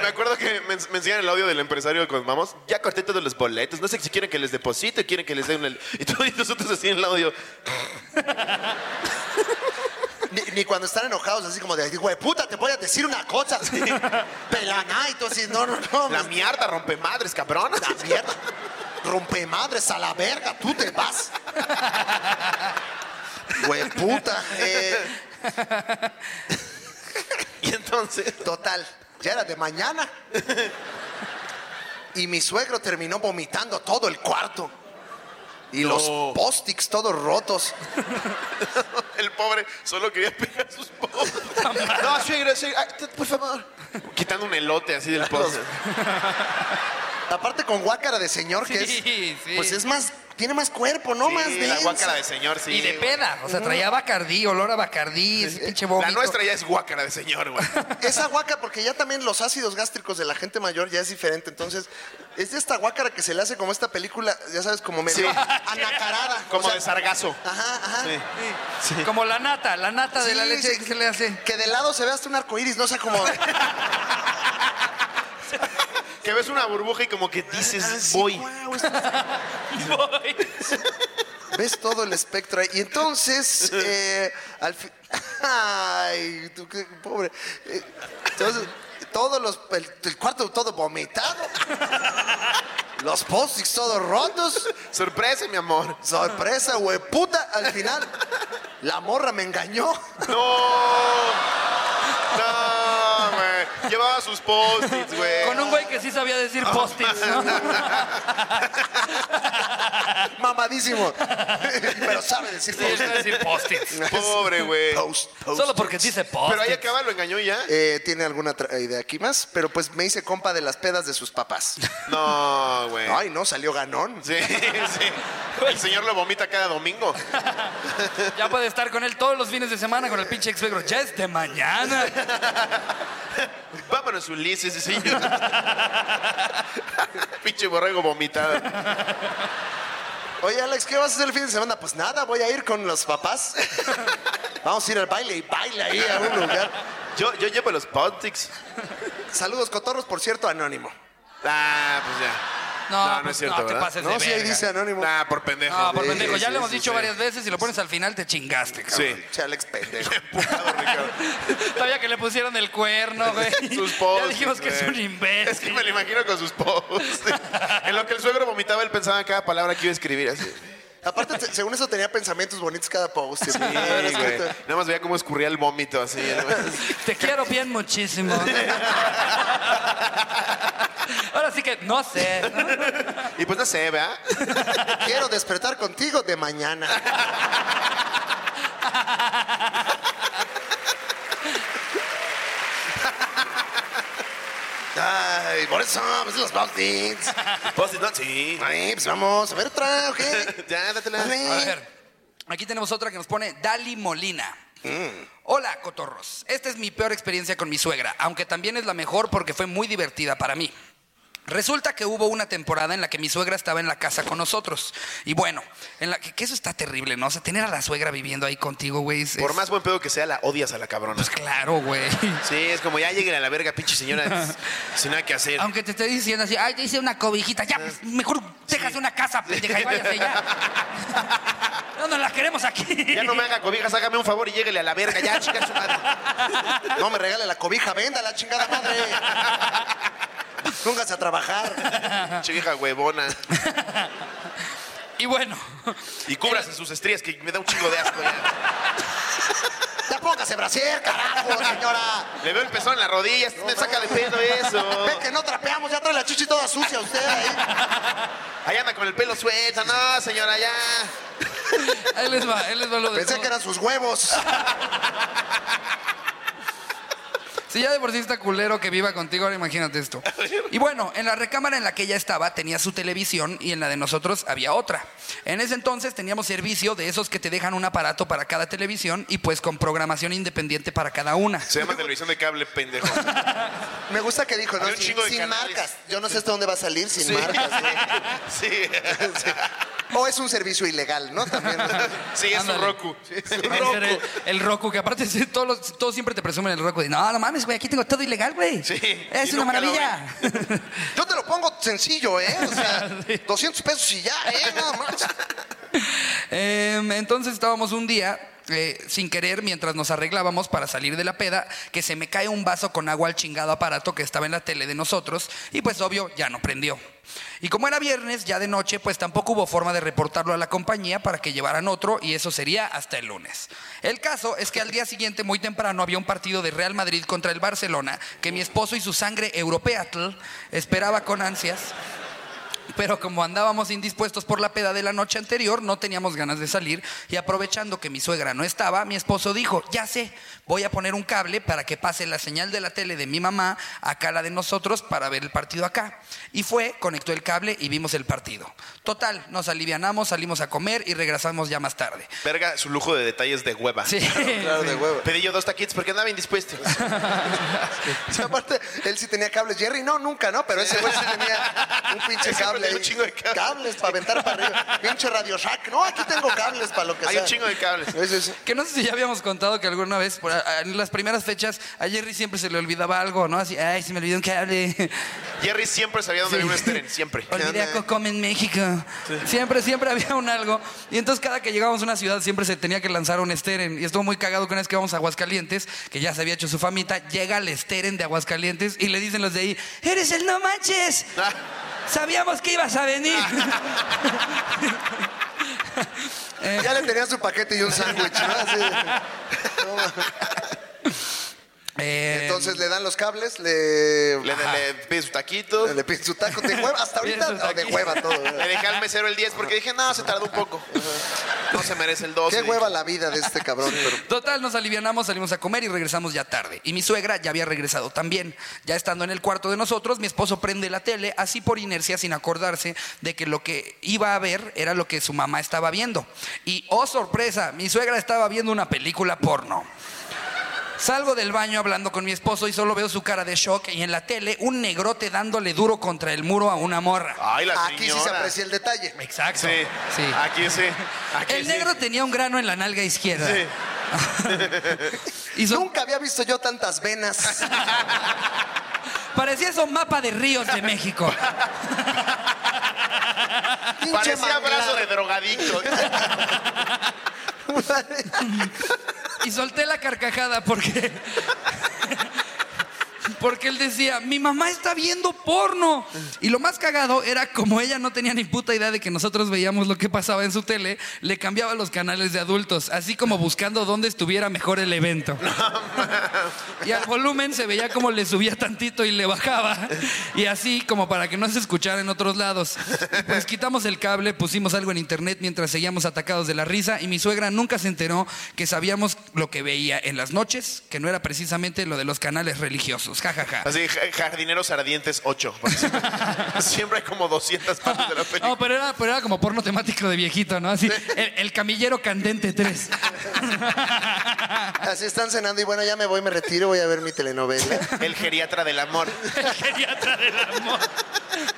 Speaker 2: Me acuerdo que me, ens- me enseñan el audio del empresario de Cosmamos. Ya corté todos los boletos. No sé si quieren que les deposite o quieren que les den el... Y todos nosotros así en el audio.
Speaker 3: Ni, ni cuando están enojados, así como de, güey, puta, te voy a decir una cosa. Pelaná, y tú así, no, no, no.
Speaker 2: La mierda, rompe madres, cabrón.
Speaker 3: La mierda. Rompe madres a la verga, tú te vas. Güey, puta. eh,
Speaker 2: Y entonces...
Speaker 3: total, ya era de mañana. Y mi suegro terminó vomitando todo el cuarto. Y los
Speaker 2: No.
Speaker 3: post-its todos rotos.
Speaker 2: El pobre solo quería pegar sus pozos.
Speaker 1: Ah,
Speaker 3: No, suegro, suegro, ay, t- por favor.
Speaker 2: Quitando un elote así del pozo.
Speaker 3: Aparte con guácara de señor, que
Speaker 1: Sí,
Speaker 3: es.
Speaker 1: sí.
Speaker 3: Pues es más, tiene más cuerpo, no más
Speaker 2: Sí,
Speaker 3: de
Speaker 2: la guácara de señor, sí.
Speaker 1: y de
Speaker 2: güey.
Speaker 1: peda. O sea, traía bacardí, olor a bacardí, ese
Speaker 3: Eh,
Speaker 1: pinche vómito.
Speaker 2: Eh, La nuestra ya es guácara de señor, güey.
Speaker 3: Esa guácara, porque ya también los ácidos gástricos de la gente mayor ya es diferente. Entonces, es de esta guácara que se le hace como esta película, ya sabes, como medio
Speaker 2: Sí.
Speaker 3: anacarada. o
Speaker 2: Como
Speaker 3: sea, ah.
Speaker 2: de sargazo.
Speaker 3: Ajá, ajá.
Speaker 2: Sí.
Speaker 1: Como la nata, la nata de
Speaker 3: Sí,
Speaker 1: la leche
Speaker 3: sí.
Speaker 1: que se le hace.
Speaker 3: Que de lado se ve hasta un arcoíris, no o sea como.
Speaker 2: Que ves una burbuja y como que
Speaker 3: Ah,
Speaker 2: dices,
Speaker 3: sí,
Speaker 2: voy.
Speaker 3: guau, esto- Ves todo el espectro ahí. Y entonces, eh, al fin. Ay, tú qué pobre. Eh, Entonces, todos los. El, el cuarto todo vomitado. Los post-its todos rotos.
Speaker 2: Sorpresa, mi amor.
Speaker 3: Sorpresa, güey, puta. Al final, la morra me engañó.
Speaker 2: No. No, güey. Llevaba sus post-its, güey.
Speaker 1: Con un güey que sí sabía decir
Speaker 2: Ah.
Speaker 1: post-its, ¿no?
Speaker 3: Mamadísimo. Pero sabe decir
Speaker 1: Sí, él sabe decir post-its.
Speaker 2: Pobre, güey.
Speaker 3: post, post.
Speaker 1: Solo porque dice
Speaker 2: Pero ahí
Speaker 1: post-its.
Speaker 2: acaba, lo engañó y ya.
Speaker 3: Eh, ¿Tiene alguna tra- idea aquí más? Pero pues me hice compa de las pedas de sus papás.
Speaker 2: No, güey.
Speaker 3: Ay, no, salió ganón.
Speaker 2: Sí, sí. El señor lo vomita cada domingo.
Speaker 1: Ya puede estar con él todos los fines de semana con el pinche ex suegro. Ya es de mañana.
Speaker 2: Vámonos, Ulises, sí. Pinche borrego vomitado.
Speaker 3: Oye, Alex, ¿qué vas a hacer el fin de semana? Pues nada, voy a ir con los papás. Vamos a ir al baile y baile ahí a un lugar.
Speaker 2: Yo, yo llevo los Pontics.
Speaker 3: Saludos, cotorros, por cierto, anónimo.
Speaker 2: Ah, pues ya.
Speaker 1: No,
Speaker 2: No, no
Speaker 1: pues
Speaker 2: es cierto,
Speaker 1: No, te
Speaker 2: ¿verdad?
Speaker 1: pases de
Speaker 3: No, sí, ahí
Speaker 1: verga.
Speaker 3: dice anónimo.
Speaker 2: Ah, por pendejo.
Speaker 1: No, por
Speaker 2: Sí,
Speaker 1: pendejo. Ya
Speaker 2: sí,
Speaker 1: lo hemos
Speaker 2: sí,
Speaker 1: dicho
Speaker 2: sí.
Speaker 1: varias veces. Si lo pones al final, te chingaste, cabrón.
Speaker 2: Sí.
Speaker 3: Che, Alex, pendejo.
Speaker 2: Empujado, Ricardo.
Speaker 1: Todavía que le pusieron el cuerno, güey.
Speaker 2: Sus posts.
Speaker 1: Ya dijimos que es un imbécil.
Speaker 2: Es que me lo imagino con sus posts. en lo que el suegro vomitaba, él pensaba en cada palabra que iba a escribir. Así.
Speaker 3: Aparte, te- según eso tenía pensamientos bonitos cada post. Era
Speaker 1: Ah,
Speaker 2: Sí, güey.
Speaker 3: escrito-
Speaker 2: Nada más veía cómo escurría el vómito así. el güey.
Speaker 1: Te quiero bien muchísimo. Ahora sí que no sé.
Speaker 2: Y pues no sé, ¿verdad?
Speaker 3: Quiero despertar contigo de mañana. Ay, Ay, por eso, pues los post-its.
Speaker 2: Post-it notes, sí.
Speaker 3: Ay, pues vamos, a ver otra, ¿o qué?
Speaker 2: Ya, dátela.
Speaker 3: Dale.
Speaker 1: A ver, aquí tenemos otra que nos pone Dali Molina.
Speaker 2: Mm.
Speaker 1: Hola, cotorros. Esta es mi peor experiencia con mi suegra, aunque también es la mejor porque fue muy divertida para mí. Resulta que hubo una temporada en la que mi suegra estaba en la casa con nosotros. Y bueno, en la que, que eso está terrible, ¿no? O sea, tener a la suegra viviendo ahí contigo, güey. es-
Speaker 2: Por
Speaker 1: es-
Speaker 2: más buen pedo que sea, la odias a la cabrona.
Speaker 1: Pues claro, güey.
Speaker 2: Sí, es como ya lleguen a la verga, pinche señora, sin nada que
Speaker 3: Eh,
Speaker 2: hacer.
Speaker 1: Aunque te esté diciendo así, ay, te hice una cobijita, ya, pues, mejor dejas una casa, pendeja, y váyase ya. No nos la queremos aquí.
Speaker 2: Ya no me haga cobijas, hágame un favor y lléguele a la verga, ya, chica su madre.
Speaker 3: No me regale la cobija, venda la chingada madre. Póngase a trabajar.
Speaker 2: Pinche vieja huevona.
Speaker 1: Y bueno,
Speaker 2: Y cúbrase sus estrías, que me da un chingo de asco ya.
Speaker 3: Ya póngase brasier, carajo, señora.
Speaker 2: Le veo el pezón en la rodilla, me saca de pedo eso.
Speaker 3: Ve que no trapeamos, ya trae la chichi toda sucia usted ahí.
Speaker 2: Ahí anda con el pelo suelto, no, señora, ya.
Speaker 1: ahí les va, ahí les va lo de
Speaker 3: Pensé
Speaker 1: todo.
Speaker 3: que eran sus huevos.
Speaker 1: Si ya de por sí está culero que viva contigo, ahora imagínate esto. Y bueno, en la recámara en la que ella estaba tenía su televisión y en la de nosotros había otra. En ese entonces teníamos servicio de esos que te dejan un aparato para cada televisión y pues con programación independiente para cada una.
Speaker 2: Se llama televisión de cable, pendejo.
Speaker 3: Me gusta que dijo, ¿no?
Speaker 2: Había un
Speaker 3: Sin,
Speaker 2: chingo de
Speaker 3: sin
Speaker 2: canales.
Speaker 3: marcas. Yo no sé hasta dónde va a salir sin
Speaker 2: Sí.
Speaker 3: marcas.
Speaker 2: Sí.
Speaker 3: Sí. O es un servicio ilegal, ¿no? También.
Speaker 2: Sí, es un
Speaker 1: Ándale.
Speaker 2: Roku.
Speaker 1: El, el Roku, que aparte sí, todos, los- todos siempre te presumen el Roku. Dicen, No, no mames, güey, aquí tengo todo ilegal, güey.
Speaker 2: Sí,
Speaker 1: Es
Speaker 2: y
Speaker 1: una
Speaker 2: nunca lo
Speaker 1: maravilla.
Speaker 3: Yo te lo pongo sencillo, ¿eh? O sea, 200 pesos y ya, ¿eh? Nada más.
Speaker 1: Em, entonces estábamos un día, eh, sin querer, mientras nos arreglábamos para salir de la peda, que se me cae un vaso con agua al chingado aparato que estaba en la tele de nosotros y pues obvio ya no prendió. Y como era viernes, ya de noche, pues tampoco hubo forma de reportarlo a la compañía para que llevaran otro y eso sería hasta el lunes. El caso es que al día siguiente, muy temprano, había un partido de Real Madrid contra el Barcelona que mi esposo y su sangre europea esperaba con ansias. Pero como andábamos indispuestos por la peda de la noche anterior, no teníamos ganas de salir y aprovechando que mi suegra no estaba, mi esposo dijo, ya sé, voy a poner un cable para que pase la señal de la tele de mi mamá acá a la de nosotros para ver el partido acá. Y fue, conectó el cable y vimos el partido. Total, nos alivianamos, salimos a comer y regresamos ya más tarde.
Speaker 2: Verga, su lujo de detalles de hueva.
Speaker 1: Sí.
Speaker 3: Claro, de huevo.
Speaker 2: Pedí yo dos taquitos porque andaba indispuesto.
Speaker 3: O sea, aparte, él sí tenía cables. Jerry no, nunca, ¿no? Pero ese güey sí tenía un pinche
Speaker 2: Ese
Speaker 3: cable.
Speaker 2: güey tenía un
Speaker 3: ahí.
Speaker 2: chingo de cables.
Speaker 3: para aventar para arriba. Pinche Radio Shack. No, aquí tengo cables para lo que
Speaker 2: Hay
Speaker 3: sea.
Speaker 2: un chingo de cables.
Speaker 3: Eso es-
Speaker 1: Que no sé si ya habíamos contado que alguna vez, por- en las primeras fechas, a Jerry siempre se le olvidaba algo, ¿no? Así, ay, se me olvidó un cable.
Speaker 2: Jerry siempre sabía dónde
Speaker 1: Sí.
Speaker 2: había un Steren, siempre.
Speaker 1: Olvidé a Cocom en México. Siempre, siempre había un algo. Y entonces cada que llegábamos a una ciudad siempre se tenía que lanzar un esteren. Y estuvo muy cagado que una vez que vamos a Aguascalientes, que ya se había hecho su famita, llega el esteren de Aguascalientes y le dicen los de ahí, eres el no manches.
Speaker 2: Ah.
Speaker 1: Sabíamos que ibas a venir.
Speaker 3: Ya le tenía su paquete y un sándwich, ¿no? Así.
Speaker 1: Eh,
Speaker 3: Entonces le dan los cables, le.
Speaker 2: Le, le pide su taquito.
Speaker 3: Le piden su taco de hueva. Hasta ahorita
Speaker 1: Piden su
Speaker 3: no, de
Speaker 1: taquito.
Speaker 3: hueva todo. ¿eh?
Speaker 2: Le dejé al mesero el 10 porque dije, no, se tardó un poco. No se merece el 12.
Speaker 3: Qué hueva la vida de este cabrón. Pero...
Speaker 1: Total, nos alivianamos, salimos a comer y regresamos ya tarde. Y mi suegra ya había regresado también. Ya estando en el cuarto de nosotros, mi esposo prende la tele, así por inercia, sin acordarse de que lo que iba a ver era lo que su mamá estaba viendo. Y, oh sorpresa, mi suegra estaba viendo una película porno. Salgo del baño hablando con mi esposo y solo veo su cara de shock y en la tele un negrote dándole duro contra el muro a una morra.
Speaker 2: Ay, la señora.
Speaker 3: Aquí sí se aprecia el detalle.
Speaker 1: Exacto.
Speaker 2: Sí.
Speaker 1: Sí.
Speaker 2: Aquí sí. Aquí
Speaker 1: El
Speaker 2: sí.
Speaker 1: negro tenía un grano en la nalga izquierda.
Speaker 2: Sí.
Speaker 1: Y son-
Speaker 3: Nunca había visto yo tantas venas.
Speaker 1: Parecía esos mapa de ríos de México.
Speaker 3: Pinche
Speaker 2: Parecía
Speaker 3: manglar.
Speaker 2: brazo de drogadicto.
Speaker 1: Y solté la carcajada porque. Porque él decía, mi mamá está viendo porno. Y lo más cagado era como ella no tenía ni puta idea de que nosotros veíamos lo que pasaba en su tele, le cambiaba los canales de adultos, así como buscando dónde estuviera mejor el evento. y al volumen se veía como le subía tantito y le bajaba. Y así como para que no se escuchara en otros lados. Y pues quitamos el cable, pusimos algo en internet mientras seguíamos atacados de la risa y mi suegra nunca se enteró que sabíamos lo que veía en las noches, que no era precisamente lo de los canales religiosos. Ja, jajaja.
Speaker 2: Así, ja- Jardineros Ardientes 8. Siempre hay como 200 partes de la película.
Speaker 1: No, pero era, pero era como porno temático de viejito, ¿no? Así, el, el camillero candente 3.
Speaker 3: Así están cenando y bueno, ya me voy, me retiro, voy a ver mi telenovela.
Speaker 2: El geriatra del amor.
Speaker 1: El geriatra del amor.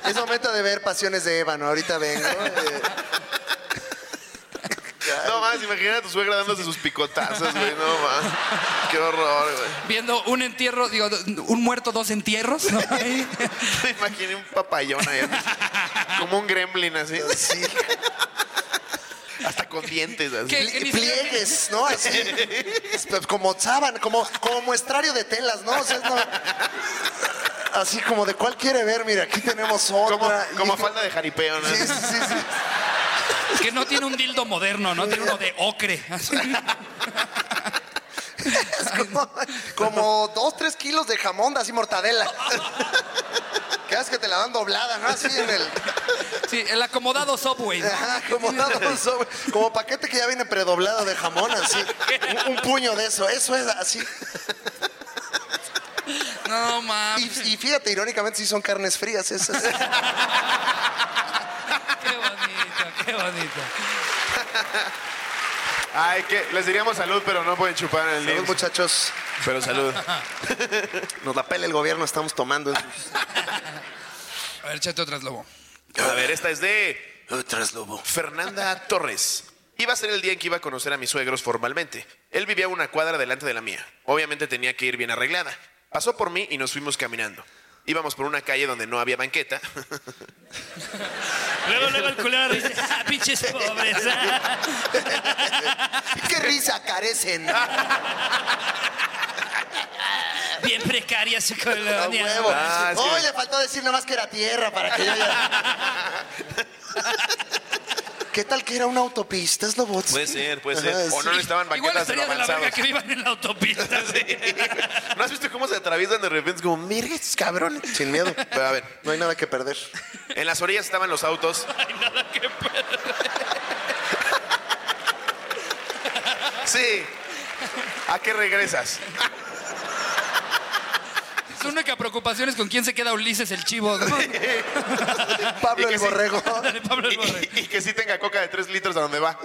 Speaker 3: Es momento de ver Pasiones de Eva, ¿no? Ahorita vengo. eh.
Speaker 2: No más, imagina a tu suegra dándose sus picotazos, güey. No más. Qué horror, güey.
Speaker 1: Viendo un entierro, digo, un muerto, dos entierros. ¿no? Ahí.
Speaker 2: Me imaginé un papayón ahí. Como un gremlin así.
Speaker 3: Sí,
Speaker 2: Hasta con dientes así.
Speaker 1: ¿Qué?
Speaker 3: pli- pliegues, ¿no? Así. Es Como sábana, como, como muestrario de telas, ¿no? O sea, es no- Así como de cuál quiere ver, mira, aquí tenemos otra.
Speaker 2: Como, como
Speaker 3: Y-
Speaker 2: falda de jaripeo, ¿no?
Speaker 3: Sí, sí, sí, sí.
Speaker 1: Que no tiene un dildo moderno, ¿no? Tiene uno de ocre. Así.
Speaker 3: Es como, como dos, tres kilos de jamón, así mortadela. Que haces que te la dan doblada, ¿no? Así en el.
Speaker 1: Sí, el acomodado Subway. ¿no?
Speaker 3: Ajá, como, dado sobre- como paquete que ya viene predoblado de jamón, así. Un, un puño de eso, eso es así.
Speaker 1: No mames,
Speaker 3: Y, y fíjate, irónicamente, sí son carnes frías esas.
Speaker 1: qué bonito, qué bonito.
Speaker 2: Ay, que les diríamos salud, pero no pueden chupar en el
Speaker 3: Salud,
Speaker 2: día.
Speaker 3: muchachos.
Speaker 2: Pero salud.
Speaker 3: Nos la pela el gobierno, estamos tomando. en sus-
Speaker 1: A ver, échate otras lobo.
Speaker 2: A ver, esta es de
Speaker 3: Otras lobo.
Speaker 2: Fernanda Torres. Iba a ser el día en que iba a conocer a mis suegros formalmente. Él vivía una cuadra delante de la mía. Obviamente tenía que ir bien arreglada. Pasó por mí y nos fuimos caminando. Íbamos por una calle donde no había banqueta.
Speaker 1: Luego, luego el culero dice, ah, pinches pobres. ah,
Speaker 3: ¡Qué risa carecen!
Speaker 2: Ah,
Speaker 1: Bien precaria su
Speaker 3: ¡A
Speaker 1: colonia.
Speaker 3: huevo!
Speaker 2: Ah, es que-
Speaker 3: Hoy le faltó decir nomás que era tierra para que yo ya- ¿Qué tal que era una autopista, Slobots?
Speaker 2: Puede ser, puede ser.
Speaker 3: Ajá,
Speaker 2: O no
Speaker 3: sí.
Speaker 2: necesitaban
Speaker 1: Igual
Speaker 2: banquetas de lo
Speaker 1: estaría de la
Speaker 2: avanzado.
Speaker 1: verga que vivan en la autopista.
Speaker 2: ¿No has visto cómo se atraviesan de repente? Es como, mire, estos cabrones.
Speaker 3: Sin miedo.
Speaker 2: Pero a ver,
Speaker 3: No hay nada que perder.
Speaker 2: en las orillas estaban los autos.
Speaker 1: Ay, nada que perder.
Speaker 2: Sí. ¿A qué regresas?
Speaker 1: Su única preocupación es con quién se queda Ulises el chivo. ¿no?
Speaker 3: Pablo
Speaker 2: Y que
Speaker 3: el
Speaker 2: sí.
Speaker 3: Borrego.
Speaker 1: Ándale, Pablo
Speaker 2: Y,
Speaker 1: el Borre.
Speaker 2: y- y que sí tenga coca de 3 litros a donde va.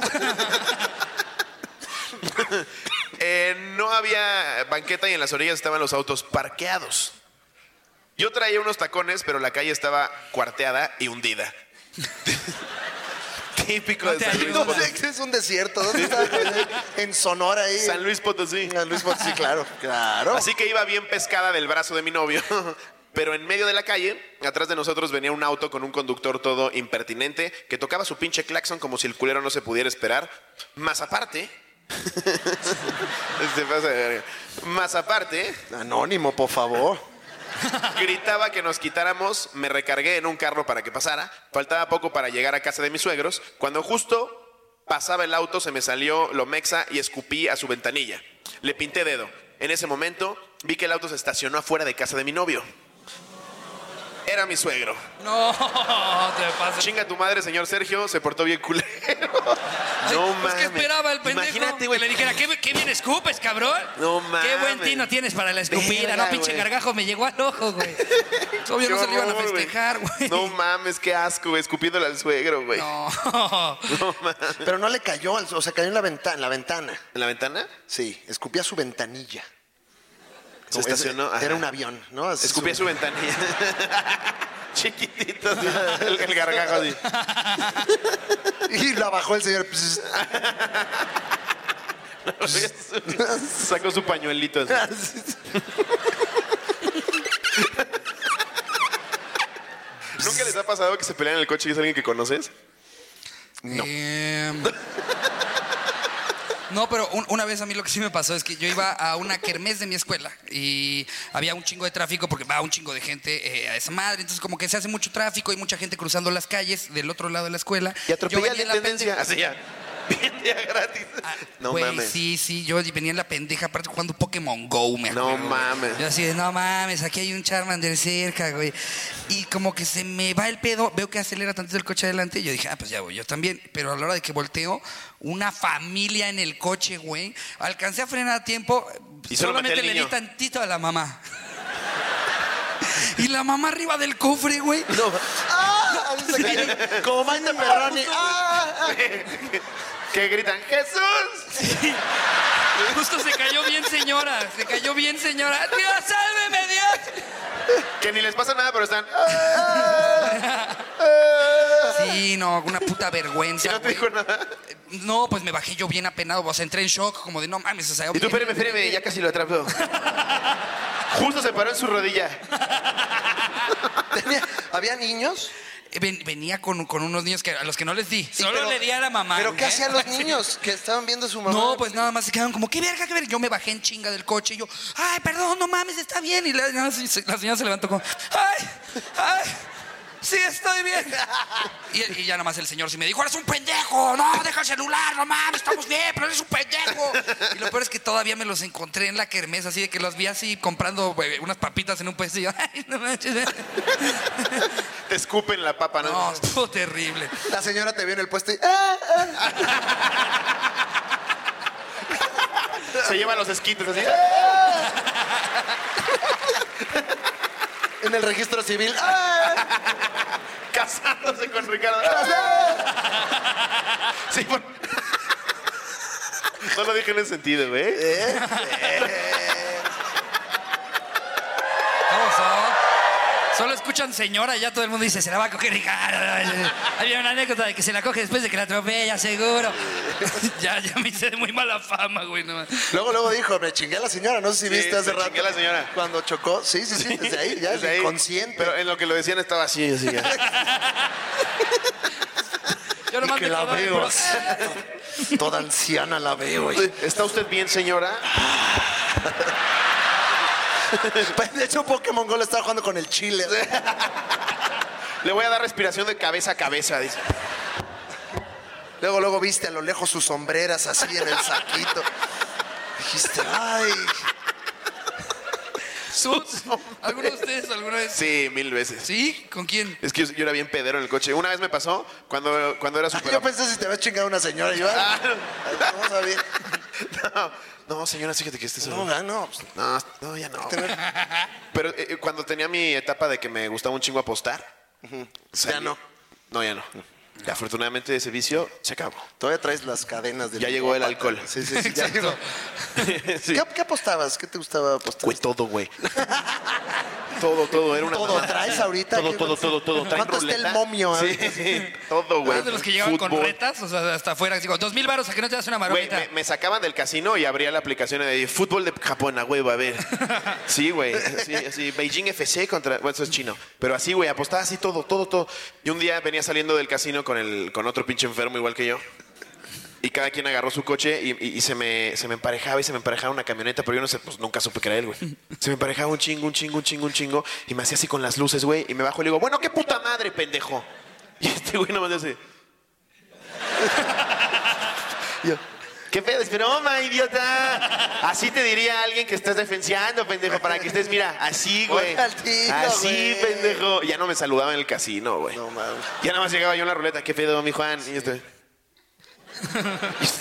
Speaker 2: Eh, no había banqueta y en las orillas estaban los autos parqueados. Yo traía unos tacones, pero la calle estaba cuarteada y hundida. Típico de
Speaker 1: te
Speaker 2: San Luis
Speaker 1: ayudo.
Speaker 3: No
Speaker 2: Potosí.
Speaker 3: sé, que es un desierto. ¿Dónde está? En Sonora ahí.
Speaker 2: San Luis Potosí.
Speaker 3: San Luis Potosí, claro. Claro.
Speaker 2: Así que iba bien pescada del brazo de mi novio. Pero en medio de la calle, atrás de nosotros venía un auto con un conductor todo impertinente que tocaba su pinche claxon como si el culero no se pudiera esperar. Más aparte. Se pasa de verga. Más aparte,
Speaker 3: Anónimo, por favor.
Speaker 2: gritaba que nos quitáramos, me recargué en un carro para que pasara, faltaba poco para llegar a casa de mis suegros, cuando justo pasaba el auto se me salió lo mexa y escupí a su ventanilla. Le pinté dedo. En ese momento vi que el auto se estacionó afuera de casa de mi novio. Era mi suegro.
Speaker 1: No, te pasa.
Speaker 2: Chinga tu madre, señor Sergio, se portó bien culero. No mames.
Speaker 1: Pues que esperaba el pendejo
Speaker 2: Imagínate,
Speaker 1: que
Speaker 2: güey.
Speaker 1: le dijera, ¿Qué, qué bien escupes, cabrón.
Speaker 2: No
Speaker 1: Qué
Speaker 2: mames.
Speaker 1: buen tino tienes para la escupida,
Speaker 2: Verga,
Speaker 1: no pinche
Speaker 2: güey.
Speaker 1: gargajo, me llegó al ojo, güey. Obvio
Speaker 2: Qué
Speaker 1: no se lo iban a
Speaker 2: horror, güey.
Speaker 1: festejar, güey.
Speaker 2: No mames, qué asco, güey, escupiéndole al suegro, güey.
Speaker 1: No.
Speaker 3: Pero no le cayó, al- o sea, cayó en la ventana. la ventana.
Speaker 2: ¿En la ventana?
Speaker 3: Sí, escupía su ventanilla.
Speaker 2: Se estacionó.
Speaker 3: Era
Speaker 2: ajá.
Speaker 3: un avión, ¿no? Así
Speaker 2: Escupía su ventanilla. Chiquitito, así, el, el gargajo así.
Speaker 3: Y la bajó el señor. pues,
Speaker 2: Sacó su pañuelito así. ¿Nunca les ha pasado que se pelean en el coche y es alguien que conoces?
Speaker 1: Em, No, pero un- una vez a mí lo que sí me pasó es que yo iba a una kermés de mi escuela y había un chingo de tráfico porque va un chingo de gente eh, a esa madre. Entonces, como que se hace mucho tráfico y mucha gente cruzando las calles del otro lado de la escuela.
Speaker 2: Y
Speaker 1: Yo
Speaker 2: atropella
Speaker 1: venía
Speaker 2: la
Speaker 1: en la
Speaker 2: intendencia.
Speaker 1: pendeja-
Speaker 2: Así ya. Bien, ya gratis.
Speaker 1: Ah,
Speaker 2: No
Speaker 1: güey,
Speaker 2: mames.
Speaker 1: Sí, sí, yo venía en la pendeja, aparte jugando Pokémon Go, me
Speaker 2: No
Speaker 1: acuerdo, güey.
Speaker 2: mames.
Speaker 1: Yo así de, no mames, aquí hay un Charmander cerca, güey. Y como que se me va el pedo, veo que acelera tanto el coche adelante. Y yo dije, ah, pues ya voy, yo también. Pero a la hora de que volteo, una familia en el coche, güey. Alcancé a frenar a tiempo.
Speaker 2: Y solo maté
Speaker 1: solamente
Speaker 2: al
Speaker 1: le di
Speaker 2: niño.
Speaker 1: tantito a la mamá. Y la mamá arriba del cofre, güey.
Speaker 3: No. ¡Ah! Así se cae. Como Maite Perroni. ¡Ah! ah.
Speaker 2: Que gritan, ¡Jesús!
Speaker 1: Justo se cayó bien, señora. Se cayó bien, señora. ¡Dios, sálveme, Dios!
Speaker 2: Que ni les pasa nada, pero están. "Ah".
Speaker 1: Sí, no, una puta vergüenza.
Speaker 2: Y no te
Speaker 1: güey.
Speaker 2: dijo nada.
Speaker 1: No, pues me bajé yo bien apenado. O sea, entré en shock, como de no mames, o sea,
Speaker 2: Y tú, espérame, espérame, ya casi lo atrapó. Justo se paró en su rodilla.
Speaker 3: Ah, Tenía- ¿Había niños?
Speaker 1: Ven- venía con, con unos niños que, a los que no les di.
Speaker 3: Sí,
Speaker 1: Solo
Speaker 3: pero-
Speaker 1: le di a la mamá. ¿eh?
Speaker 3: ¿Pero
Speaker 1: güey.
Speaker 3: qué hacían los niños que estaban viendo a su mamá?
Speaker 1: Ah, No, pues nada más se quedaron como, qué verga, qué verga. Yo me bajé en chinga del coche y yo, ay, perdón, no mames, está bien. Y la, la señora se levantó como, ay, ay, sí, estoy bien. Y, y ya nada más el señor sí me dijo, eres un pendejo, no, deja el celular, no mames, estamos bien, pero eres un pendejo. Y lo peor es que todavía me los encontré en la kermés, así de que los vi así comprando güey, unas papitas en un pestillo. Ay, no manches.
Speaker 2: Te escupen la papa, ¿no?
Speaker 1: No, estuvo terrible.
Speaker 3: La señora te vio en el puesto y. ¡Ah! ah.
Speaker 2: Se llevan los esquites así. ¡ah!
Speaker 3: En el registro civil. ¡Ah!
Speaker 2: casándose con Ricardo. Sí, por... No lo dije en ese sentido, ¿eh? güey.
Speaker 1: ¿Cómo son? ¿eh? Solo escuchan señora y ya todo el mundo dice, se la va a coger Ricardo. Había una anécdota de que se la coge después de que la atropella, seguro. ya, ya me hice de muy mala fama, güey. No.
Speaker 3: Luego, luego dijo, me chingué a la señora, no sé si
Speaker 2: Sí,
Speaker 3: viste hace
Speaker 2: me
Speaker 3: rato.
Speaker 2: chingué a la señora.
Speaker 3: Cuando chocó, sí, sí, sí, desde ahí, ya
Speaker 2: Desde
Speaker 3: es
Speaker 2: ahí.
Speaker 3: inconsciente.
Speaker 2: Pero en lo que lo decían estaba así, así. ya.
Speaker 1: Yo nomás
Speaker 3: que
Speaker 1: me
Speaker 3: la
Speaker 1: acordaba de
Speaker 3: veo.
Speaker 1: puro-
Speaker 3: Toda anciana la veo. y-
Speaker 2: ¿Está usted bien, señora?
Speaker 3: De hecho, Pokémon Go lo estaba jugando con el chile.
Speaker 2: Le voy a dar respiración de cabeza a cabeza, dice.
Speaker 3: Luego, luego viste a lo lejos sus sombreras así en el saquito. Dijiste, ay,
Speaker 1: Sus- ¿Alguno de ustedes alguna vez?
Speaker 2: Sí, mil veces.
Speaker 1: ¿Sí? ¿Con quién?
Speaker 2: Es que yo, yo era bien pedero en el coche. Una vez me pasó cuando, cuando era súper...
Speaker 3: Ah, yo pensé si te habías chingado a una señora. y Yo,
Speaker 2: Ah.
Speaker 3: ay, vamos a ver.
Speaker 2: No, no, señora, fíjate que este es...
Speaker 3: No,
Speaker 2: No,
Speaker 3: ah, no, pues,
Speaker 2: no, ya no. Pero eh, eh, cuando tenía mi etapa de que me gustaba un chingo apostar...
Speaker 3: Ya
Speaker 2: salí-
Speaker 3: no.
Speaker 2: No, ya no. Afortunadamente ese vicio se acabó.
Speaker 3: Todavía traes las cadenas del.
Speaker 2: Ya llegó el
Speaker 3: psicópata.
Speaker 2: alcohol.
Speaker 3: Sí, sí, sí. ya
Speaker 1: Exacto.
Speaker 3: llegó.
Speaker 2: Sí.
Speaker 3: ¿Qué, qué apostabas? ¿Qué te gustaba apostar?
Speaker 2: Güey, todo, güey. todo, todo. Era una
Speaker 3: Todo
Speaker 2: mamada.
Speaker 3: traes ahorita.
Speaker 2: Todo,
Speaker 3: ¿Qué-
Speaker 2: todo, todo, todo. Traen
Speaker 3: ¿Cuánto está el
Speaker 2: ruleta.
Speaker 3: momio? pues,
Speaker 2: Sí,
Speaker 3: ahorita?
Speaker 2: todo, güey.
Speaker 1: ¿Eras Ah, de los que llegaban con
Speaker 2: Fútbol.
Speaker 1: retas? O sea, hasta afuera. Digo, dos mil baros, ¿a que no te das una
Speaker 2: Güey,
Speaker 1: maromita?
Speaker 2: me, me sacaban del casino y abría la aplicación de fútbol de Japón, a huevo, a ver. Sí, güey. Sí, así, Beijing FC contra. Bueno, eso es chino. Pero así, güey, apostaba así todo, todo, todo. Y un día venía saliendo del casino con, el, con otro pinche enfermo igual que yo. Y cada quien agarró su coche y, y- y se, me, se me emparejaba y se me emparejaba una camioneta, pero yo no sé, pues nunca supe que era él, güey. Se me emparejaba un chingo, un chingo, un chingo, un chingo. Y me hacía así con las luces, güey. Y me bajo y le digo, bueno, qué puta madre, pendejo. Y este güey nomás dice. yo, qué pedo, es broma, idiota. Así te diría alguien que estás defenciando, pendejo, para que estés, mira, así, güey.
Speaker 3: Ponte al tiro,
Speaker 2: Así,
Speaker 3: güey.
Speaker 2: pendejo. Ya no me saludaba en el casino, güey.
Speaker 3: No mames.
Speaker 2: Ya nada más llegaba yo en la ruleta, qué pedo, mi Juan. Y este.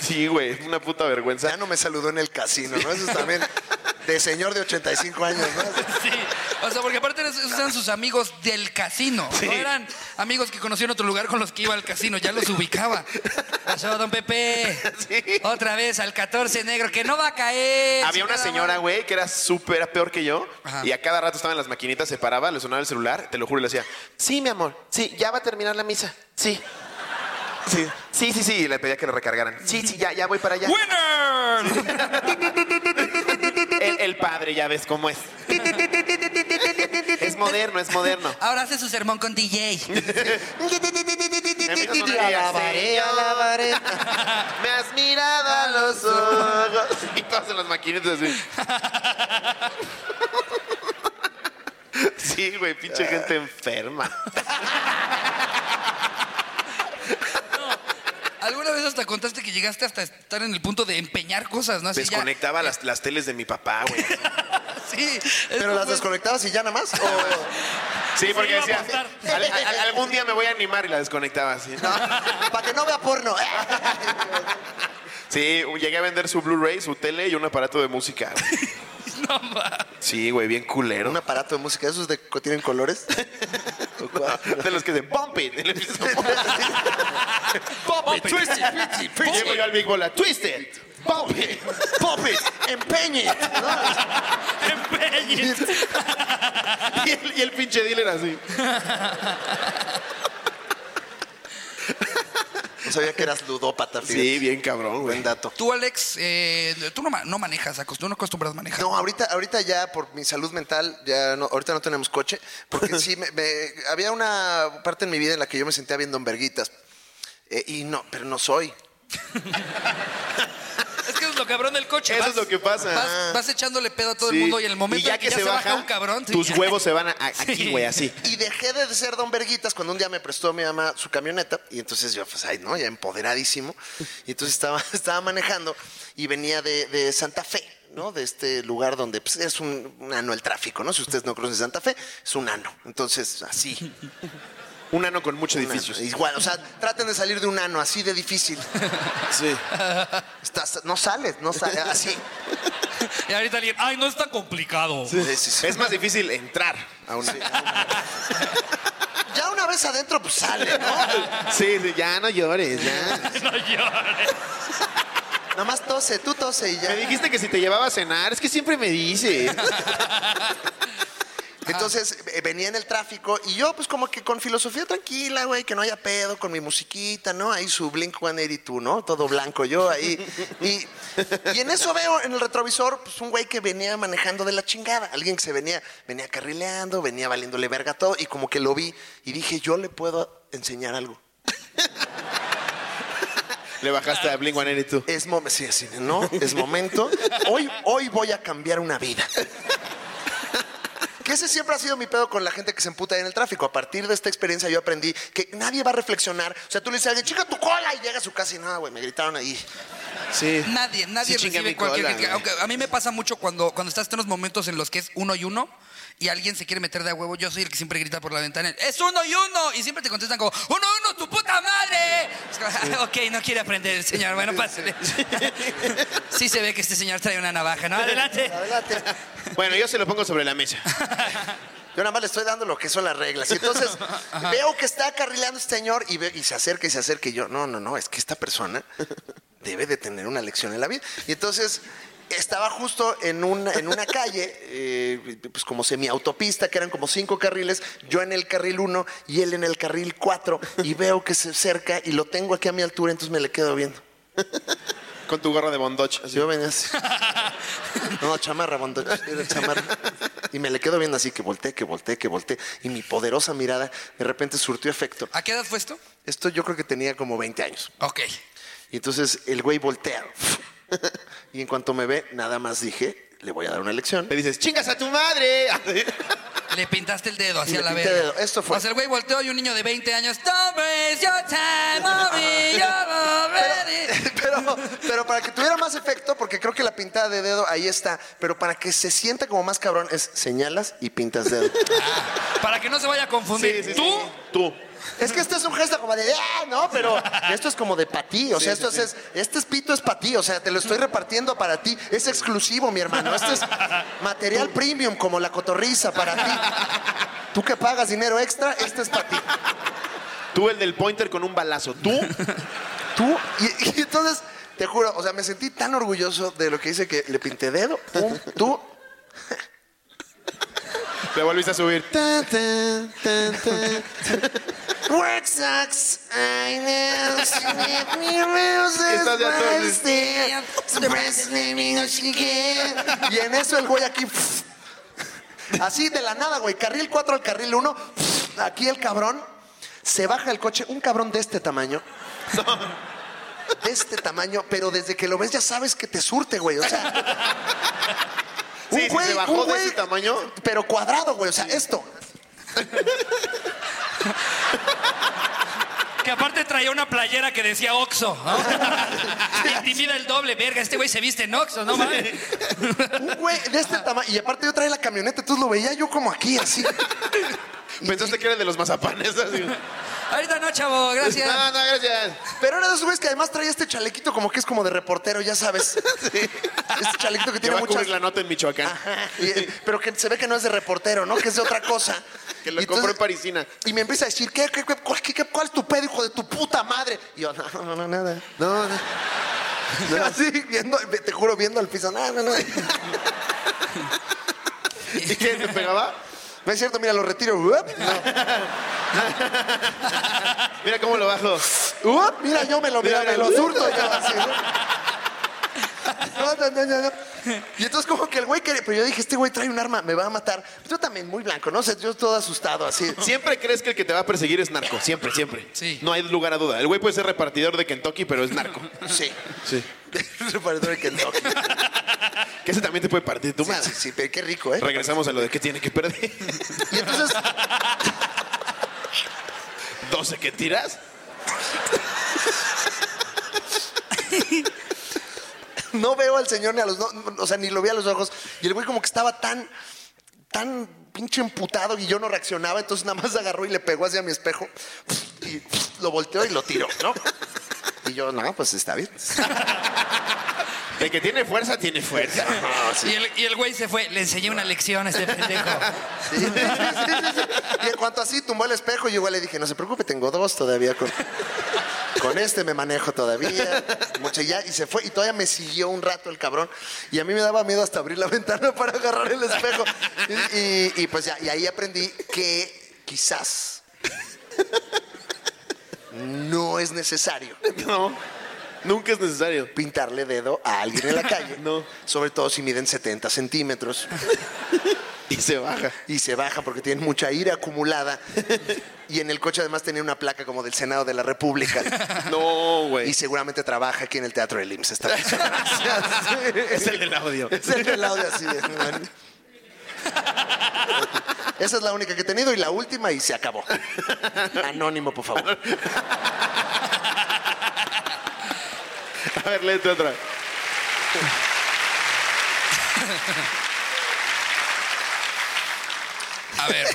Speaker 2: Sí, güey, una puta
Speaker 3: Ya
Speaker 2: vergüenza.
Speaker 3: no me saludó en el casino, ¿no? Eso es también de señor de 85 años, ¿no?
Speaker 1: Sí, o sea, porque aparte esos eran sus amigos del casino. No eran amigos que conoció en otro lugar con los que iba al casino, ya los ubicaba. Pasó don Pepe.
Speaker 2: Sí.
Speaker 1: Otra vez al 14 negro, que no va a caer.
Speaker 2: Había una
Speaker 1: Nada
Speaker 2: señora,
Speaker 1: más.
Speaker 2: güey, que era súper, era peor que yo.
Speaker 1: Ajá.
Speaker 2: Y a cada rato estaba en las maquinitas, se paraba, le sonaba el celular, te lo juro, y le decía, sí, mi amor, sí, ya va a terminar la misa, sí. Sí, sí, sí, sí, y le pedía que le recargaran. Sí, sí, ya, ya voy para allá.
Speaker 1: ¡Winner!
Speaker 2: El, el padre, ya ves cómo es. Es moderno, es moderno.
Speaker 1: Ahora hace su sermón con DJ.
Speaker 3: La alabaré, alabaré.
Speaker 2: Me has mirado a los ojos. Y todas en las maquinitas así. Sí, güey, pinche gente enferma.
Speaker 1: ¿Alguna vez hasta contaste que llegaste hasta estar en el punto de empeñar cosas, no? Así ya-
Speaker 2: Desconectaba las, las teles de mi papá, güey.
Speaker 1: Sí.
Speaker 3: ¿Pero
Speaker 1: eso
Speaker 3: las
Speaker 1: fue-
Speaker 3: desconectabas y ya nada más? ¿O
Speaker 2: Sí, porque
Speaker 1: iba a
Speaker 2: decía,
Speaker 1: apostar.
Speaker 2: "Al- al- algún día me voy a animar y la desconectaba así.
Speaker 3: para que no vea porno? Eh.
Speaker 2: Sí, llegué a vender su Blu-ray, su tele y un aparato de música. güey.
Speaker 1: No, ma.
Speaker 2: Sí, güey, bien culero.
Speaker 3: Un aparato de música, ¿esos de, que tienen colores? ¿O cuál?
Speaker 2: De los que se bump it. Y le empiezas a poner-
Speaker 4: Pop it, twist it, twist it, twist
Speaker 2: Llego
Speaker 4: it.
Speaker 2: yo al Big Bola. Twist it. Bump it. Pop it.
Speaker 3: ¡Empeñe!
Speaker 2: Y el, y el pinche dealer así.
Speaker 3: No sabía que eras ludópata, fíjate.
Speaker 2: Sí, bien cabrón, güey.
Speaker 3: Buen dato.
Speaker 1: Tú, Alex, eh, tú no, ma- no manejas, acost- tú no acostumbras manejar.
Speaker 3: No, ahorita, ahorita ya por mi salud mental, ya no, ahorita no tenemos coche, porque sí, me- me- había una parte en mi vida en la que yo me sentía viendo en verguitas. Eh, y no, pero no soy.
Speaker 1: Es que eso es lo cabrón del coche.
Speaker 2: Eso
Speaker 1: vas-
Speaker 2: es lo que pasa.
Speaker 1: Vas, vas echándole pedo a todo
Speaker 2: Sí.
Speaker 1: el mundo y en el momento
Speaker 2: Y ya
Speaker 1: en
Speaker 2: que se, baja,
Speaker 1: un cabrón... sí,
Speaker 2: tus
Speaker 1: ya.
Speaker 2: huevos se van a- a- aquí,
Speaker 1: Sí.
Speaker 2: güey, así.
Speaker 3: Y dejé de ser don Verguitas cuando un día me prestó mi mamá su camioneta. Y entonces yo, pues, ay, ¿no? Ya empoderadísimo. Y entonces estaba, estaba manejando y venía de, de Santa Fe, ¿no? De este lugar donde pues, es un, un ano el tráfico, ¿no? Si ustedes no conocen Santa Fe, es un ano. Entonces, así.
Speaker 2: Un ano con muchos
Speaker 3: un ano.
Speaker 2: edificios.
Speaker 3: Igual, o sea, traten de salir de un ano, así de difícil.
Speaker 2: Sí.
Speaker 3: Estás- no sales, no sales, así.
Speaker 1: Y ahorita alguien, ay, no es tan complicado.
Speaker 3: Sí, sí, sí.
Speaker 2: Es más difícil entrar a una.
Speaker 3: Sí. Ya una vez adentro, pues sale, ¿no?
Speaker 2: Sí, sí, ya no llores, ya.
Speaker 1: No llores.
Speaker 3: Nomás tose, tú tose y ya.
Speaker 2: Me dijiste que si te llevaba a cenar, es que siempre me dices.
Speaker 3: Entonces eh, venía en el tráfico y yo, pues, como que con filosofía tranquila, güey, que no haya pedo con mi musiquita, ¿no? Ahí su Blink 182, ¿no? Todo blanco yo ahí. Y, y en eso veo en el retrovisor, pues, un güey que venía manejando de la chingada. Alguien que se venía, venía carrileando, venía valiéndole verga a todo. Y como que lo vi y dije, yo le puedo enseñar algo.
Speaker 2: Le bajaste a Blink One y tú.
Speaker 3: Es momento, sí, así de, no, es momento. Hoy, hoy voy a cambiar una vida. Que ese siempre ha sido mi pedo con la gente que se emputa ahí en el tráfico. A partir de esta experiencia yo aprendí que nadie va a reflexionar. O sea, tú le dices a alguien, chica tu cola, y llega a su casa y nada, güey, me gritaron ahí.
Speaker 2: Sí.
Speaker 1: Nadie, nadie
Speaker 2: chinga mi
Speaker 1: recibe cualquier
Speaker 2: cola,
Speaker 1: crítica.
Speaker 2: güey.
Speaker 1: Aunque a mí me pasa mucho cuando, cuando estás en unos momentos en los que es uno y uno y alguien se quiere meter de a huevo. Yo soy el que siempre grita por la ventana. ¡Es uno y uno! Y siempre te contestan como, ¡Uno y uno, tu puta madre! Es como, ok, no quiere aprender el señor. Bueno, pásale. sí se ve que este señor trae una navaja, ¿no? Adelante.
Speaker 3: Adelante.
Speaker 2: Bueno, yo se lo pongo sobre la mesa.
Speaker 3: Yo nada más le estoy dando lo que son las reglas. Y entonces veo que está carrileando este señor y, ve- y se acerca y se acerca. Y yo, no, no, no, es que esta persona debe de tener una lección en la vida. Y entonces estaba justo en una, en una calle, eh, pues como semiautopista, que eran como cinco carriles, yo en el carril uno y él en el carril cuatro. Y veo que se acerca y lo tengo aquí a mi altura, entonces me le quedo viendo.
Speaker 2: Con tu gorra de bondoch.
Speaker 3: Sí,
Speaker 2: así.
Speaker 3: Yo venía así. No, chamarra, bandolera, chamarra. Y me le quedo viendo así, que volteé, que volteé, que volteé. Y mi poderosa mirada de repente surtió efecto.
Speaker 1: ¿A qué edad fue esto?
Speaker 3: Esto yo creo que tenía como 20 años.
Speaker 1: Ok.
Speaker 3: Y entonces el güey voltea. Y en cuanto me ve, nada más dije, le voy a dar una lección.
Speaker 2: Le dices, chingas a tu madre.
Speaker 1: Le pintaste el dedo hacia
Speaker 3: le
Speaker 1: la
Speaker 3: pinté
Speaker 1: verga.
Speaker 3: el dedo. Esto fue.
Speaker 1: O sea, el güey volteó y un niño de 20 años. Don't waste your time, mommy, you're already-"
Speaker 3: Pero, pero para que tuviera más efecto, porque creo que la pintada de dedo ahí está, pero para que se sienta como más cabrón es señalas y pintas dedo.
Speaker 1: Para que no se vaya a confundir.
Speaker 2: Sí, sí, sí.
Speaker 1: Tú
Speaker 2: Tú.
Speaker 3: Es que este es un gesto como de, "Ah", no, pero esto es como de para ti. O sea, esto es, este es pito es para ti. O sea, te lo estoy repartiendo para ti. Es exclusivo, mi hermano. Este es material premium, como la cotorriza para ti. Tú que pagas dinero extra, este es para ti.
Speaker 2: Tú el del pointer con un balazo. Tú.
Speaker 3: Tú, y, y entonces, te juro, o sea, me sentí tan orgulloso de lo que hice que le pinté dedo, pum, tú.
Speaker 2: Le volviste a subir.
Speaker 3: Tan, tan, tan, tan. What sucks, I know, snap me around,
Speaker 2: Estás ya todo-
Speaker 3: that's there. Surprise, let me know she can. Y en eso el güey aquí. pf, Así de la nada, güey. Carril 4 al carril 1. Aquí el cabrón se baja el coche. Un cabrón de este tamaño. De este tamaño, pero desde que lo ves ya sabes que te surte, güey. O sea.
Speaker 2: Sí, si se bajó de ese tamaño.
Speaker 3: Pero cuadrado, güey. O sea, esto.
Speaker 1: Que aparte traía una playera que decía Oxxo, ¿no? Intimida el doble, verga, este güey se viste en Oxxo, ¿no mames?
Speaker 3: Un güey de este tamaño. Y aparte yo traía la camioneta, entonces lo veía yo como aquí, así.
Speaker 2: Pensaste que era el de los mazapanes. así.
Speaker 1: Ahorita no, chavo, gracias.
Speaker 2: No, no, gracias.
Speaker 3: Pero era de esos güeyes que además traía este chalequito como que es como de reportero, ya sabes. Este chalequito que
Speaker 2: Que
Speaker 3: tiene
Speaker 2: va a
Speaker 3: muchas...
Speaker 2: cubrir la nota en Michoacán.
Speaker 3: Y, eh, pero que se ve que no es de reportero, ¿no? Que es de otra cosa.
Speaker 2: Que lo
Speaker 3: Y
Speaker 2: compró en Parisina.
Speaker 3: Y me empieza a decir, ¿qué, qué, qué- cuál, qué- qué- cuál es tu pedo, hijo de tu puta madre? Y yo, no, no, no, nada. No, no. Yo así, viendo, te juro, viendo al piso, no, no, no.
Speaker 2: ¿Y qué? ¿Te pegaba?
Speaker 3: No es cierto, mira, lo retiro. Uop,
Speaker 2: Mira cómo lo bajo.
Speaker 3: uop, mira, yo me lo, mira,
Speaker 2: Mira,
Speaker 3: me
Speaker 2: mira.
Speaker 3: lo surto yo así, ¿no? No, no, no, no, no. Y entonces como que el güey que... Pero yo dije, este güey trae un arma, me va a matar. Pues Yo también, muy blanco, ¿no? O sea, yo todo asustado, así.
Speaker 2: Siempre crees que el que te va a perseguir es narco. Siempre, siempre.
Speaker 1: Sí.
Speaker 2: No hay lugar a duda. El güey puede ser repartidor de Kentucky, pero es narco.
Speaker 3: Sí.
Speaker 2: Sí.
Speaker 3: Reparador de Kentucky.
Speaker 2: Que ese también te puede partir tu
Speaker 3: Sí,
Speaker 2: madre.
Speaker 3: sí, sí, pero qué rico, ¿eh?
Speaker 2: Regresamos a lo de qué tiene que perder.
Speaker 3: Y entonces,
Speaker 2: 12 que tiras.
Speaker 3: no veo al señor ni a los no- o sea, ni lo vi a los ojos. Y el güey como que estaba tan, tan pinche emputado y yo no reaccionaba, entonces nada más agarró y le pegó hacia mi espejo y lo volteó y lo tiró, ¿no? Y yo, no, pues está bien.
Speaker 2: De que tiene fuerza, tiene fuerza.
Speaker 1: Y el, y el güey se fue. Le enseñé una lección a este pendejo.
Speaker 3: Sí, sí, sí, sí, sí. Y en cuanto así tumbó el espejo, yo igual le dije, no se preocupe, tengo dos todavía con, con este me manejo todavía. Mucha ya, y se fue, y todavía me siguió un rato el cabrón. Y a mí me daba miedo hasta abrir la ventana para agarrar el espejo. Y, y- y pues ya, y ahí aprendí que quizás no es necesario
Speaker 2: No. Nunca es necesario.
Speaker 3: pintarle dedo a alguien en la calle.
Speaker 2: No.
Speaker 3: Sobre todo si miden 70 centímetros
Speaker 2: Y se baja.
Speaker 3: y se baja porque tiene mucha ira acumulada. Y en el coche además tenía una placa como del Senado de la República.
Speaker 2: No, güey.
Speaker 3: Y seguramente trabaja aquí en el Teatro del IMSS. Esta persona.
Speaker 2: Es el del audio.
Speaker 3: es el del audio así de... Esa es la única que he tenido y la última y se acabó. Anónimo, por favor.
Speaker 2: A ver, léete otra.
Speaker 1: A ver,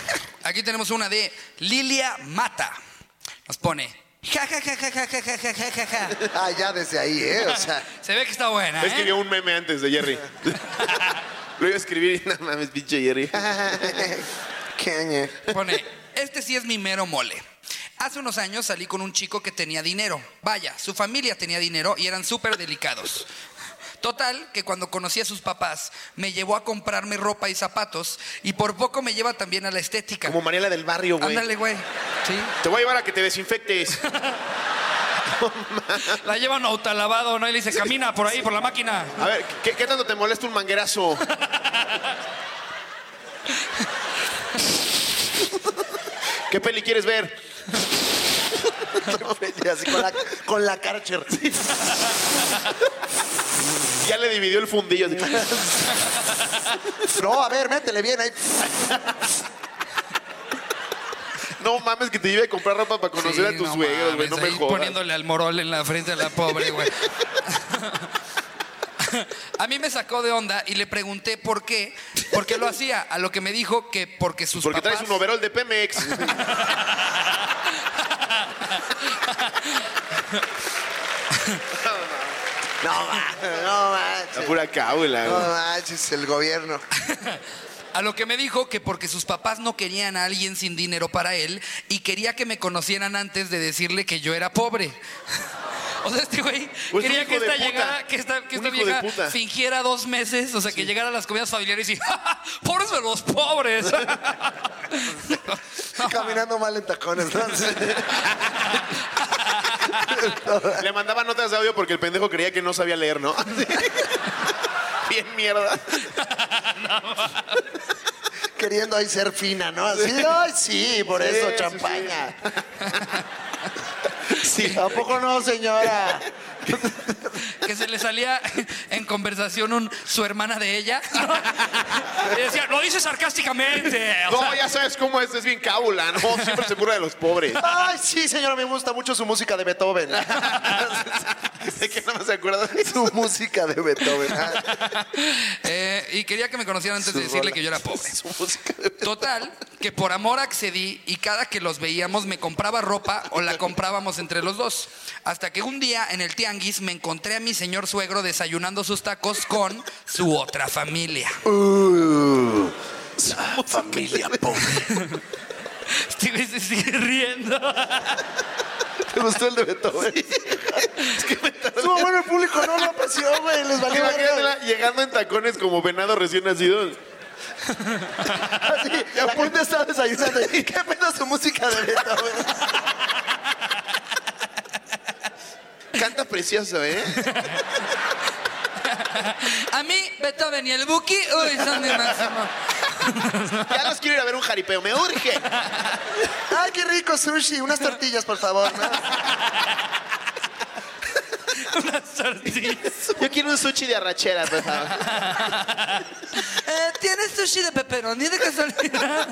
Speaker 1: aquí tenemos una de Lilia Mata. Nos pone. Ja, ja, ja, ja, ja, ja, ja, ja, ja, ja, ja.
Speaker 3: Ah, ya desde ahí, ¿eh? O sea,
Speaker 1: Se ve que está buena,
Speaker 2: Es que
Speaker 1: ¿eh?
Speaker 2: vio un meme antes de Jerry. Lo iba a escribir y nada mames, pinche Jerry.
Speaker 3: qué añe.
Speaker 1: Pone, este sí es mi mero mole. Hace unos años salí con un chico que tenía dinero. Vaya, su familia tenía dinero y eran súper delicados. Total, que cuando conocí a sus papás, me llevó a comprarme ropa y zapatos y por poco me lleva también a la estética.
Speaker 2: Como Mariela del Barrio, güey.
Speaker 1: Ándale, güey. Sí.
Speaker 2: Te voy a llevar a que te desinfectes.
Speaker 1: La llevan autolavado, ¿no? Y le dice, camina por ahí, por la máquina.
Speaker 2: A ver, ¿qué, qué tanto te molesta un manguerazo? ¿Qué peli quieres ver?
Speaker 3: Así con la, con la cara chirr.
Speaker 2: Ya le dividió el fundillo. así.
Speaker 3: No, a ver, métele bien ahí.
Speaker 2: No mames que te lleve a comprar ropa para conocer
Speaker 1: Sí,
Speaker 2: a tus
Speaker 1: no
Speaker 2: suegros,
Speaker 1: mames,
Speaker 2: güey. No me
Speaker 1: ahí
Speaker 2: jodas.
Speaker 1: poniéndole al morol en la frente a la pobre, güey. A mí me sacó de onda y le pregunté por qué, por qué lo hacía, a lo que me dijo que porque sus
Speaker 2: Porque
Speaker 1: papás...
Speaker 2: traes un overol de Pemex.
Speaker 3: No, ma- no
Speaker 2: La
Speaker 3: manches.
Speaker 2: pura cábula,
Speaker 3: No
Speaker 2: güey.
Speaker 3: manches, el gobierno.
Speaker 1: A lo que me dijo que porque sus papás no querían a alguien sin dinero para él y quería que me conocieran antes de decirle que yo era pobre. O sea, este güey
Speaker 2: Pues un
Speaker 1: quería
Speaker 2: hijo
Speaker 1: que
Speaker 2: de
Speaker 1: esta,
Speaker 2: puta.
Speaker 1: llegara, que esta, que
Speaker 2: Un
Speaker 1: esta
Speaker 2: hijo de
Speaker 1: vieja
Speaker 2: puta.
Speaker 1: fingiera dos meses, o sea, que llegara a las comidas familiares y ¡Ja, ja! pobres de los pobres.
Speaker 3: Caminando mal en tacones, ¿no? Sí.
Speaker 2: Le mandaba notas de audio porque el pendejo creía que no sabía leer, ¿no? Bien mierda.
Speaker 3: Queriendo ahí ser fina, ¿no? Así, ay, sí, por
Speaker 2: Sí,
Speaker 3: eso,
Speaker 2: sí,
Speaker 3: champaña.
Speaker 2: Sí.
Speaker 3: ¿A poco no, señora?
Speaker 1: que se le salía en conversación un, su hermana de ella. Y decía, lo dice sarcásticamente. O sea,
Speaker 2: No, ya sabes cómo es, es bien cábula, ¿no? Siempre se cura de los pobres.
Speaker 3: Ay, sí, señora, me gusta mucho su música de Beethoven.
Speaker 2: De que no me acuerdo de eso.
Speaker 3: Su música de Beethoven. Ah,
Speaker 1: Eh, y quería que me conocieran antes de
Speaker 3: Sus
Speaker 1: decirle
Speaker 3: rolas.
Speaker 1: que yo era pobre.
Speaker 2: Su música de-
Speaker 1: Total, que por amor accedí y cada que los veíamos me compraba ropa o la comprábamos entre los dos. Hasta que un día en el tianguis me encontré a mi señor suegro desayunando sus tacos con su otra familia.
Speaker 3: uh, familia pobre.
Speaker 1: Este güey se sigue riendo.
Speaker 3: ¿Te gustó el de Beethoven? Estuvo bueno el público, no lo apreció, güey. Les valió verga.
Speaker 2: Imagínatela llegando en tacones como venado recién nacido.
Speaker 3: Así, Ah, la gente estaba desayunando. ¿Qué pedo su música de Beethoven?
Speaker 2: Canta precioso, ¿eh?
Speaker 1: A mí, Beethoven y el Buki, uy, son de máximo.
Speaker 2: Ya los quiero ir a ver un jaripeo. Me urge.
Speaker 3: ¡Ay, qué rico sushi! Unas tortillas, por favor. ¿no?
Speaker 2: Yo quiero un sushi de arrachera, por favor.
Speaker 1: Eh, ¿Tienes sushi de pepperoni de casualidad?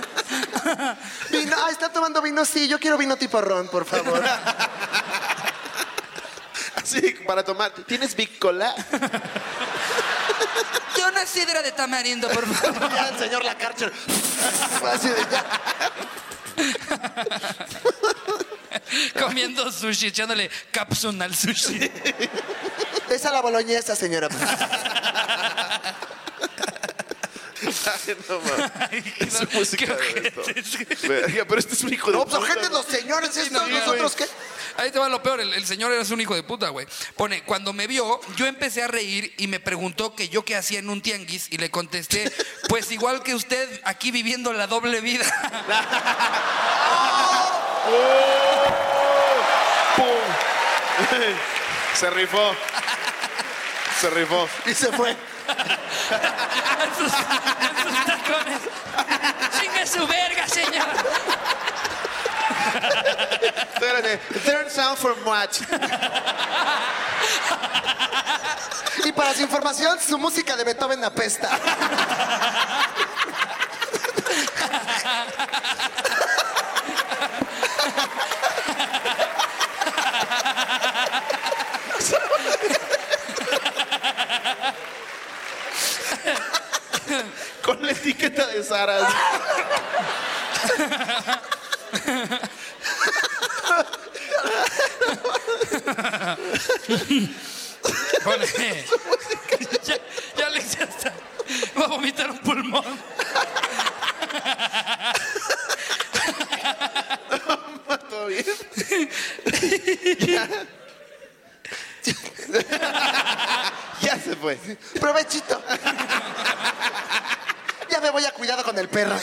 Speaker 3: Vino, ah, está tomando vino, sí. Yo quiero vino tipo ron, por favor.
Speaker 2: Sí, para tomar. ¿Tienes bicola?
Speaker 1: De una sidra de tamarindo, por favor.
Speaker 3: Ya, el señor Lacarcher. Así de, ya.
Speaker 1: Comiendo sushi, echándole capsule al sushi.
Speaker 3: Esa la boloñesa, señora.
Speaker 2: Ay, no, mames.
Speaker 1: Qué
Speaker 2: Su música de
Speaker 1: ojete.
Speaker 2: Beethoven. Verga, Pero este es un hijo de
Speaker 3: No, pues
Speaker 2: puta.
Speaker 3: gente, los señores, esto,
Speaker 1: Sí, no,
Speaker 3: nosotros qué.
Speaker 1: Ahí te va lo peor, el, el señor era un hijo de puta, güey. Pone, cuando me vio, yo empecé a reír y me preguntó que yo qué hacía en un tianguis y le contesté, pues igual que usted, aquí viviendo la doble vida.
Speaker 2: Se rifó. Se rifó.
Speaker 3: Y se fue.
Speaker 1: En sus, en sus tacones. Chinga su verga, señor.
Speaker 2: Espérate. Turn sound for what?
Speaker 3: Y para su información, su música de Beethoven apesta.
Speaker 2: Con la etiqueta de Saras.
Speaker 1: Pone, ya, ya le hice hasta. Va a vomitar un pulmón.
Speaker 2: ¿Todo bien? ya. ya se fue.
Speaker 3: Provechito. Ya me voy a cuidado con el perro.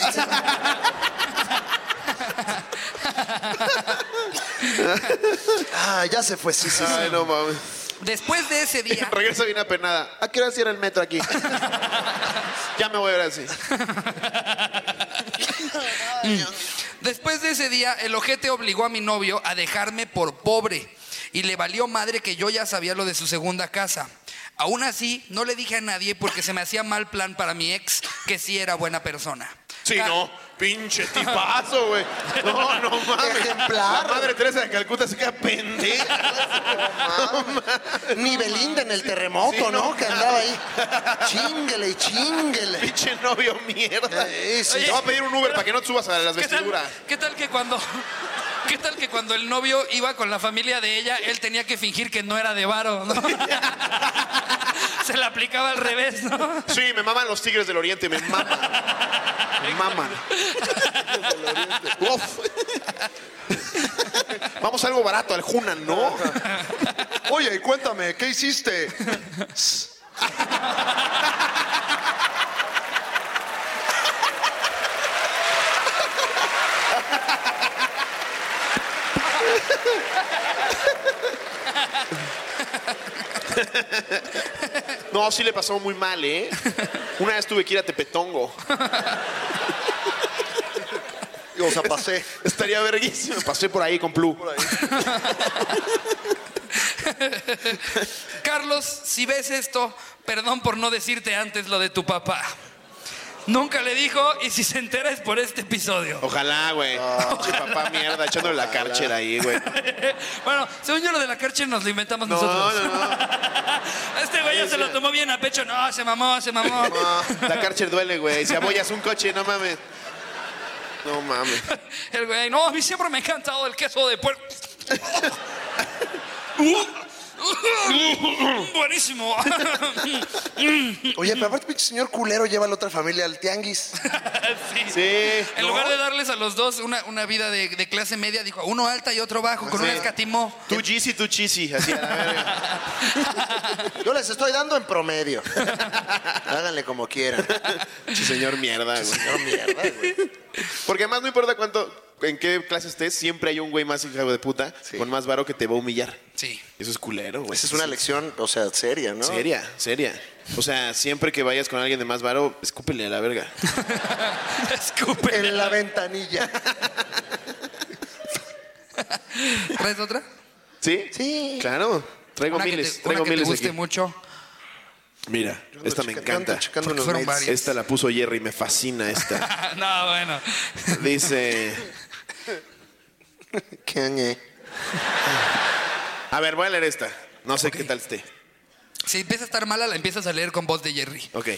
Speaker 3: Ah, ya se fue, sí, sí. sí.
Speaker 2: Ay, no mames.
Speaker 1: Después de ese día,
Speaker 2: Regresa bien apenada. ¿A qué hora cierra el metro aquí? ya me voy a ver así.
Speaker 1: Después de ese día, el ojete obligó a mi novio a dejarme por pobre y le valió madre que yo ya sabía lo de su segunda casa. Aún así, no le dije a nadie porque se me hacía mal plan para mi ex, que sí era buena persona.
Speaker 2: Sí,
Speaker 1: Ca-
Speaker 2: no. Pinche tipazo, güey. No, no mames.
Speaker 3: Ejemplar.
Speaker 2: La madre Teresa de Calcuta se queda pendeja.
Speaker 3: Ni Belinda en el terremoto,
Speaker 2: Sí,
Speaker 3: ¿no?
Speaker 2: no,
Speaker 3: Que andaba ahí. Chinguele y chinguele.
Speaker 2: Pinche novio mierda.
Speaker 3: Eh, sí.
Speaker 1: Oye.
Speaker 2: Te voy a pedir un Uber para que no te subas a las
Speaker 1: ¿Qué tal,
Speaker 2: vestiduras.
Speaker 1: qué tal que cuando... ¿Qué tal que cuando el novio iba con la familia de ella, él tenía que fingir que no era de varo, ¿no? Se la aplicaba al revés, ¿no?
Speaker 2: Sí, me maman los tigres del oriente, me maman. Me maman. Uf. Vamos a algo barato, al Hunan, ¿no?
Speaker 3: Oye, cuéntame, ¿qué hiciste?
Speaker 2: No, sí le pasó muy mal, ¿eh? Una vez tuve que ir a Tepetongo.
Speaker 3: O sea, pasé.
Speaker 2: Estaría verguísimo. Pasé por ahí con Plu.
Speaker 1: Carlos, si ves esto, perdón por no decirte antes lo de tu papá. Nunca le dijo y si se entera es por este episodio.
Speaker 2: Ojalá, güey.
Speaker 3: Ah.
Speaker 2: Pinche papá mierda, echándole la cárcel ahí, güey.
Speaker 1: Bueno, según yo lo de la Kerchen nos lo inventamos
Speaker 2: No,
Speaker 1: nosotros.
Speaker 2: no, no.
Speaker 1: Este güey ya se lo tomó bien a pecho. No, se mamó, se mamó.
Speaker 3: Ah.
Speaker 2: No, la cárcel duele, güey. Si apoyas un coche, no mames. No mames.
Speaker 1: El güey, no, a mí siempre me ha encantado el queso de puerco. Uh, Buenísimo.
Speaker 3: Oye, pero aparte, pinche señor culero, lleva a la otra familia al tianguis.
Speaker 1: Sí.
Speaker 2: Sí.
Speaker 1: En
Speaker 2: ¿no?
Speaker 1: lugar de darles a los dos una, una vida de, de clase media, dijo a uno alta y otro bajo, con
Speaker 2: Sí.
Speaker 1: un escatimó.
Speaker 2: Tú Yeezy, tú Cheesy. Así, a la verga.
Speaker 3: Yo les estoy dando en promedio. Háganle como quieran.
Speaker 2: Sí, señor mierda, güey.
Speaker 3: Señor mierda, güey.
Speaker 2: Porque además no importa cuánto, en qué clase estés, siempre hay un güey más hijo de puta
Speaker 3: Sí.
Speaker 2: con más varo que te va a humillar.
Speaker 1: Sí.
Speaker 2: Eso es culero, güey.
Speaker 3: Esa es una
Speaker 2: Sí.
Speaker 3: lección, o sea, seria, ¿no?
Speaker 2: Seria, seria. O sea, siempre que vayas con alguien de más varo, escúpele a la verga.
Speaker 1: Escúpele.
Speaker 3: En la ventanilla.
Speaker 1: ¿Traes otra?
Speaker 2: ¿Sí?
Speaker 3: Sí.
Speaker 2: Claro. Traigo
Speaker 1: una
Speaker 2: miles,
Speaker 1: que te, una
Speaker 2: traigo
Speaker 1: que te
Speaker 2: miles
Speaker 1: guste
Speaker 2: aquí.
Speaker 1: mucho.
Speaker 2: Mira, esta me
Speaker 3: Checando-
Speaker 2: encanta.
Speaker 3: checando
Speaker 1: Porque
Speaker 3: los
Speaker 1: fueron
Speaker 3: mails.
Speaker 1: varios.
Speaker 2: Esta la puso Jerry, me fascina esta.
Speaker 1: no, bueno.
Speaker 2: Dice,
Speaker 3: Qué ñe.
Speaker 2: a ver, voy a leer esta. No sé qué tal esté.
Speaker 1: Si empieza a estar mala, la empiezas a leer con voz de Jerry.
Speaker 2: Ok.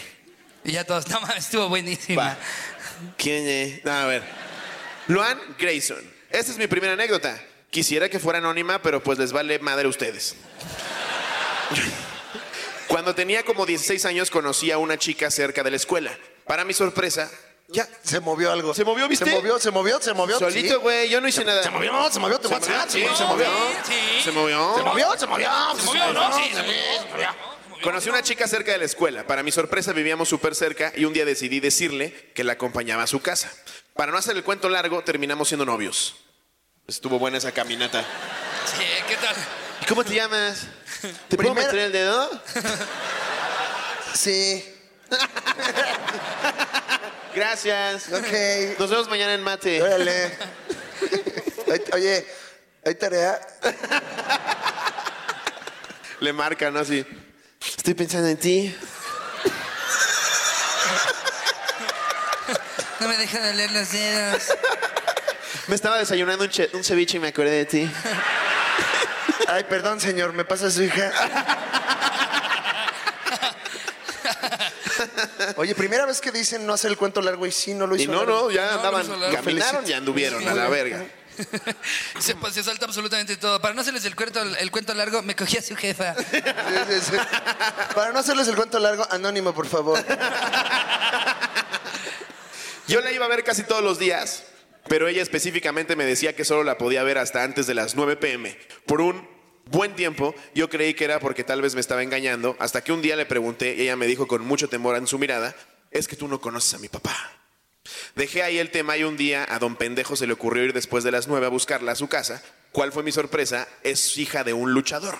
Speaker 1: Y ya todas, no mames, estuvo buenísima.
Speaker 2: Va. ¿Quién es? No, a ver. Luan Grayson. Esta es mi primera anécdota. Quisiera que fuera anónima, pero pues les vale madre a ustedes. Cuando tenía como 16 años conocí a una chica cerca de la escuela. Para mi sorpresa,
Speaker 3: Ya, se movió algo.
Speaker 2: ¿Se movió, viste?
Speaker 3: Se movió, se movió, se movió.
Speaker 2: solito,
Speaker 3: sí.
Speaker 2: güey, yo no hice nada.
Speaker 3: Se movió, se movió, te voy a enseñar, sí, se movió.
Speaker 1: Sí.
Speaker 2: Se movió.
Speaker 3: Se movió, se movió. Se
Speaker 1: movió, ¿no? Sí, se
Speaker 2: Conocí a una chica cerca de la escuela. Para mi sorpresa vivíamos súper cerca y un día decidí decirle que la acompañaba a su casa. Para no hacer el cuento largo, terminamos siendo novios. Estuvo buena esa caminata.
Speaker 1: Sí, ¿qué tal?
Speaker 2: ¿Y ¿Cómo te llamas? ¿Te puedo
Speaker 3: Primero-
Speaker 2: meter el dedo?
Speaker 3: Sí,
Speaker 2: Gracias.
Speaker 3: ok.
Speaker 2: Nos vemos mañana en mate.
Speaker 3: Órale. Ay, Oye, hay tarea.
Speaker 2: Le marcan así. Estoy pensando en ti.
Speaker 1: No me deja de leer los dedos.
Speaker 2: Me estaba desayunando un, che- un ceviche y me acordé de ti.
Speaker 3: Ay, perdón, señor, me pasa su hija. Oye, primera vez que dicen no hacer el cuento largo y sí, no lo hizo.
Speaker 2: Y no,
Speaker 3: largo.
Speaker 2: no, ya
Speaker 1: No,
Speaker 2: andaban,
Speaker 1: no hizo largo.
Speaker 2: caminaron y anduvieron a la verga.
Speaker 1: Se, pues, se salta absolutamente todo. Para no hacerles el cuento, el cuento largo, me cogí a su jefa.
Speaker 3: Sí, sí, sí. Para no hacerles el cuento largo, anónimo, por favor.
Speaker 2: Yo la iba a ver casi todos los días, pero ella específicamente me decía que solo la podía ver hasta antes de las 9 pm. Por un buen tiempo, yo creí que era porque tal vez me estaba engañando, hasta que un día le pregunté y ella me dijo con mucho temor en su mirada, es que tú no conoces a mi papá. Dejé ahí el tema y un día a don pendejo se le ocurrió ir después de las 9 a buscarla a su casa. ¿Cuál fue mi sorpresa? Es hija de un luchador.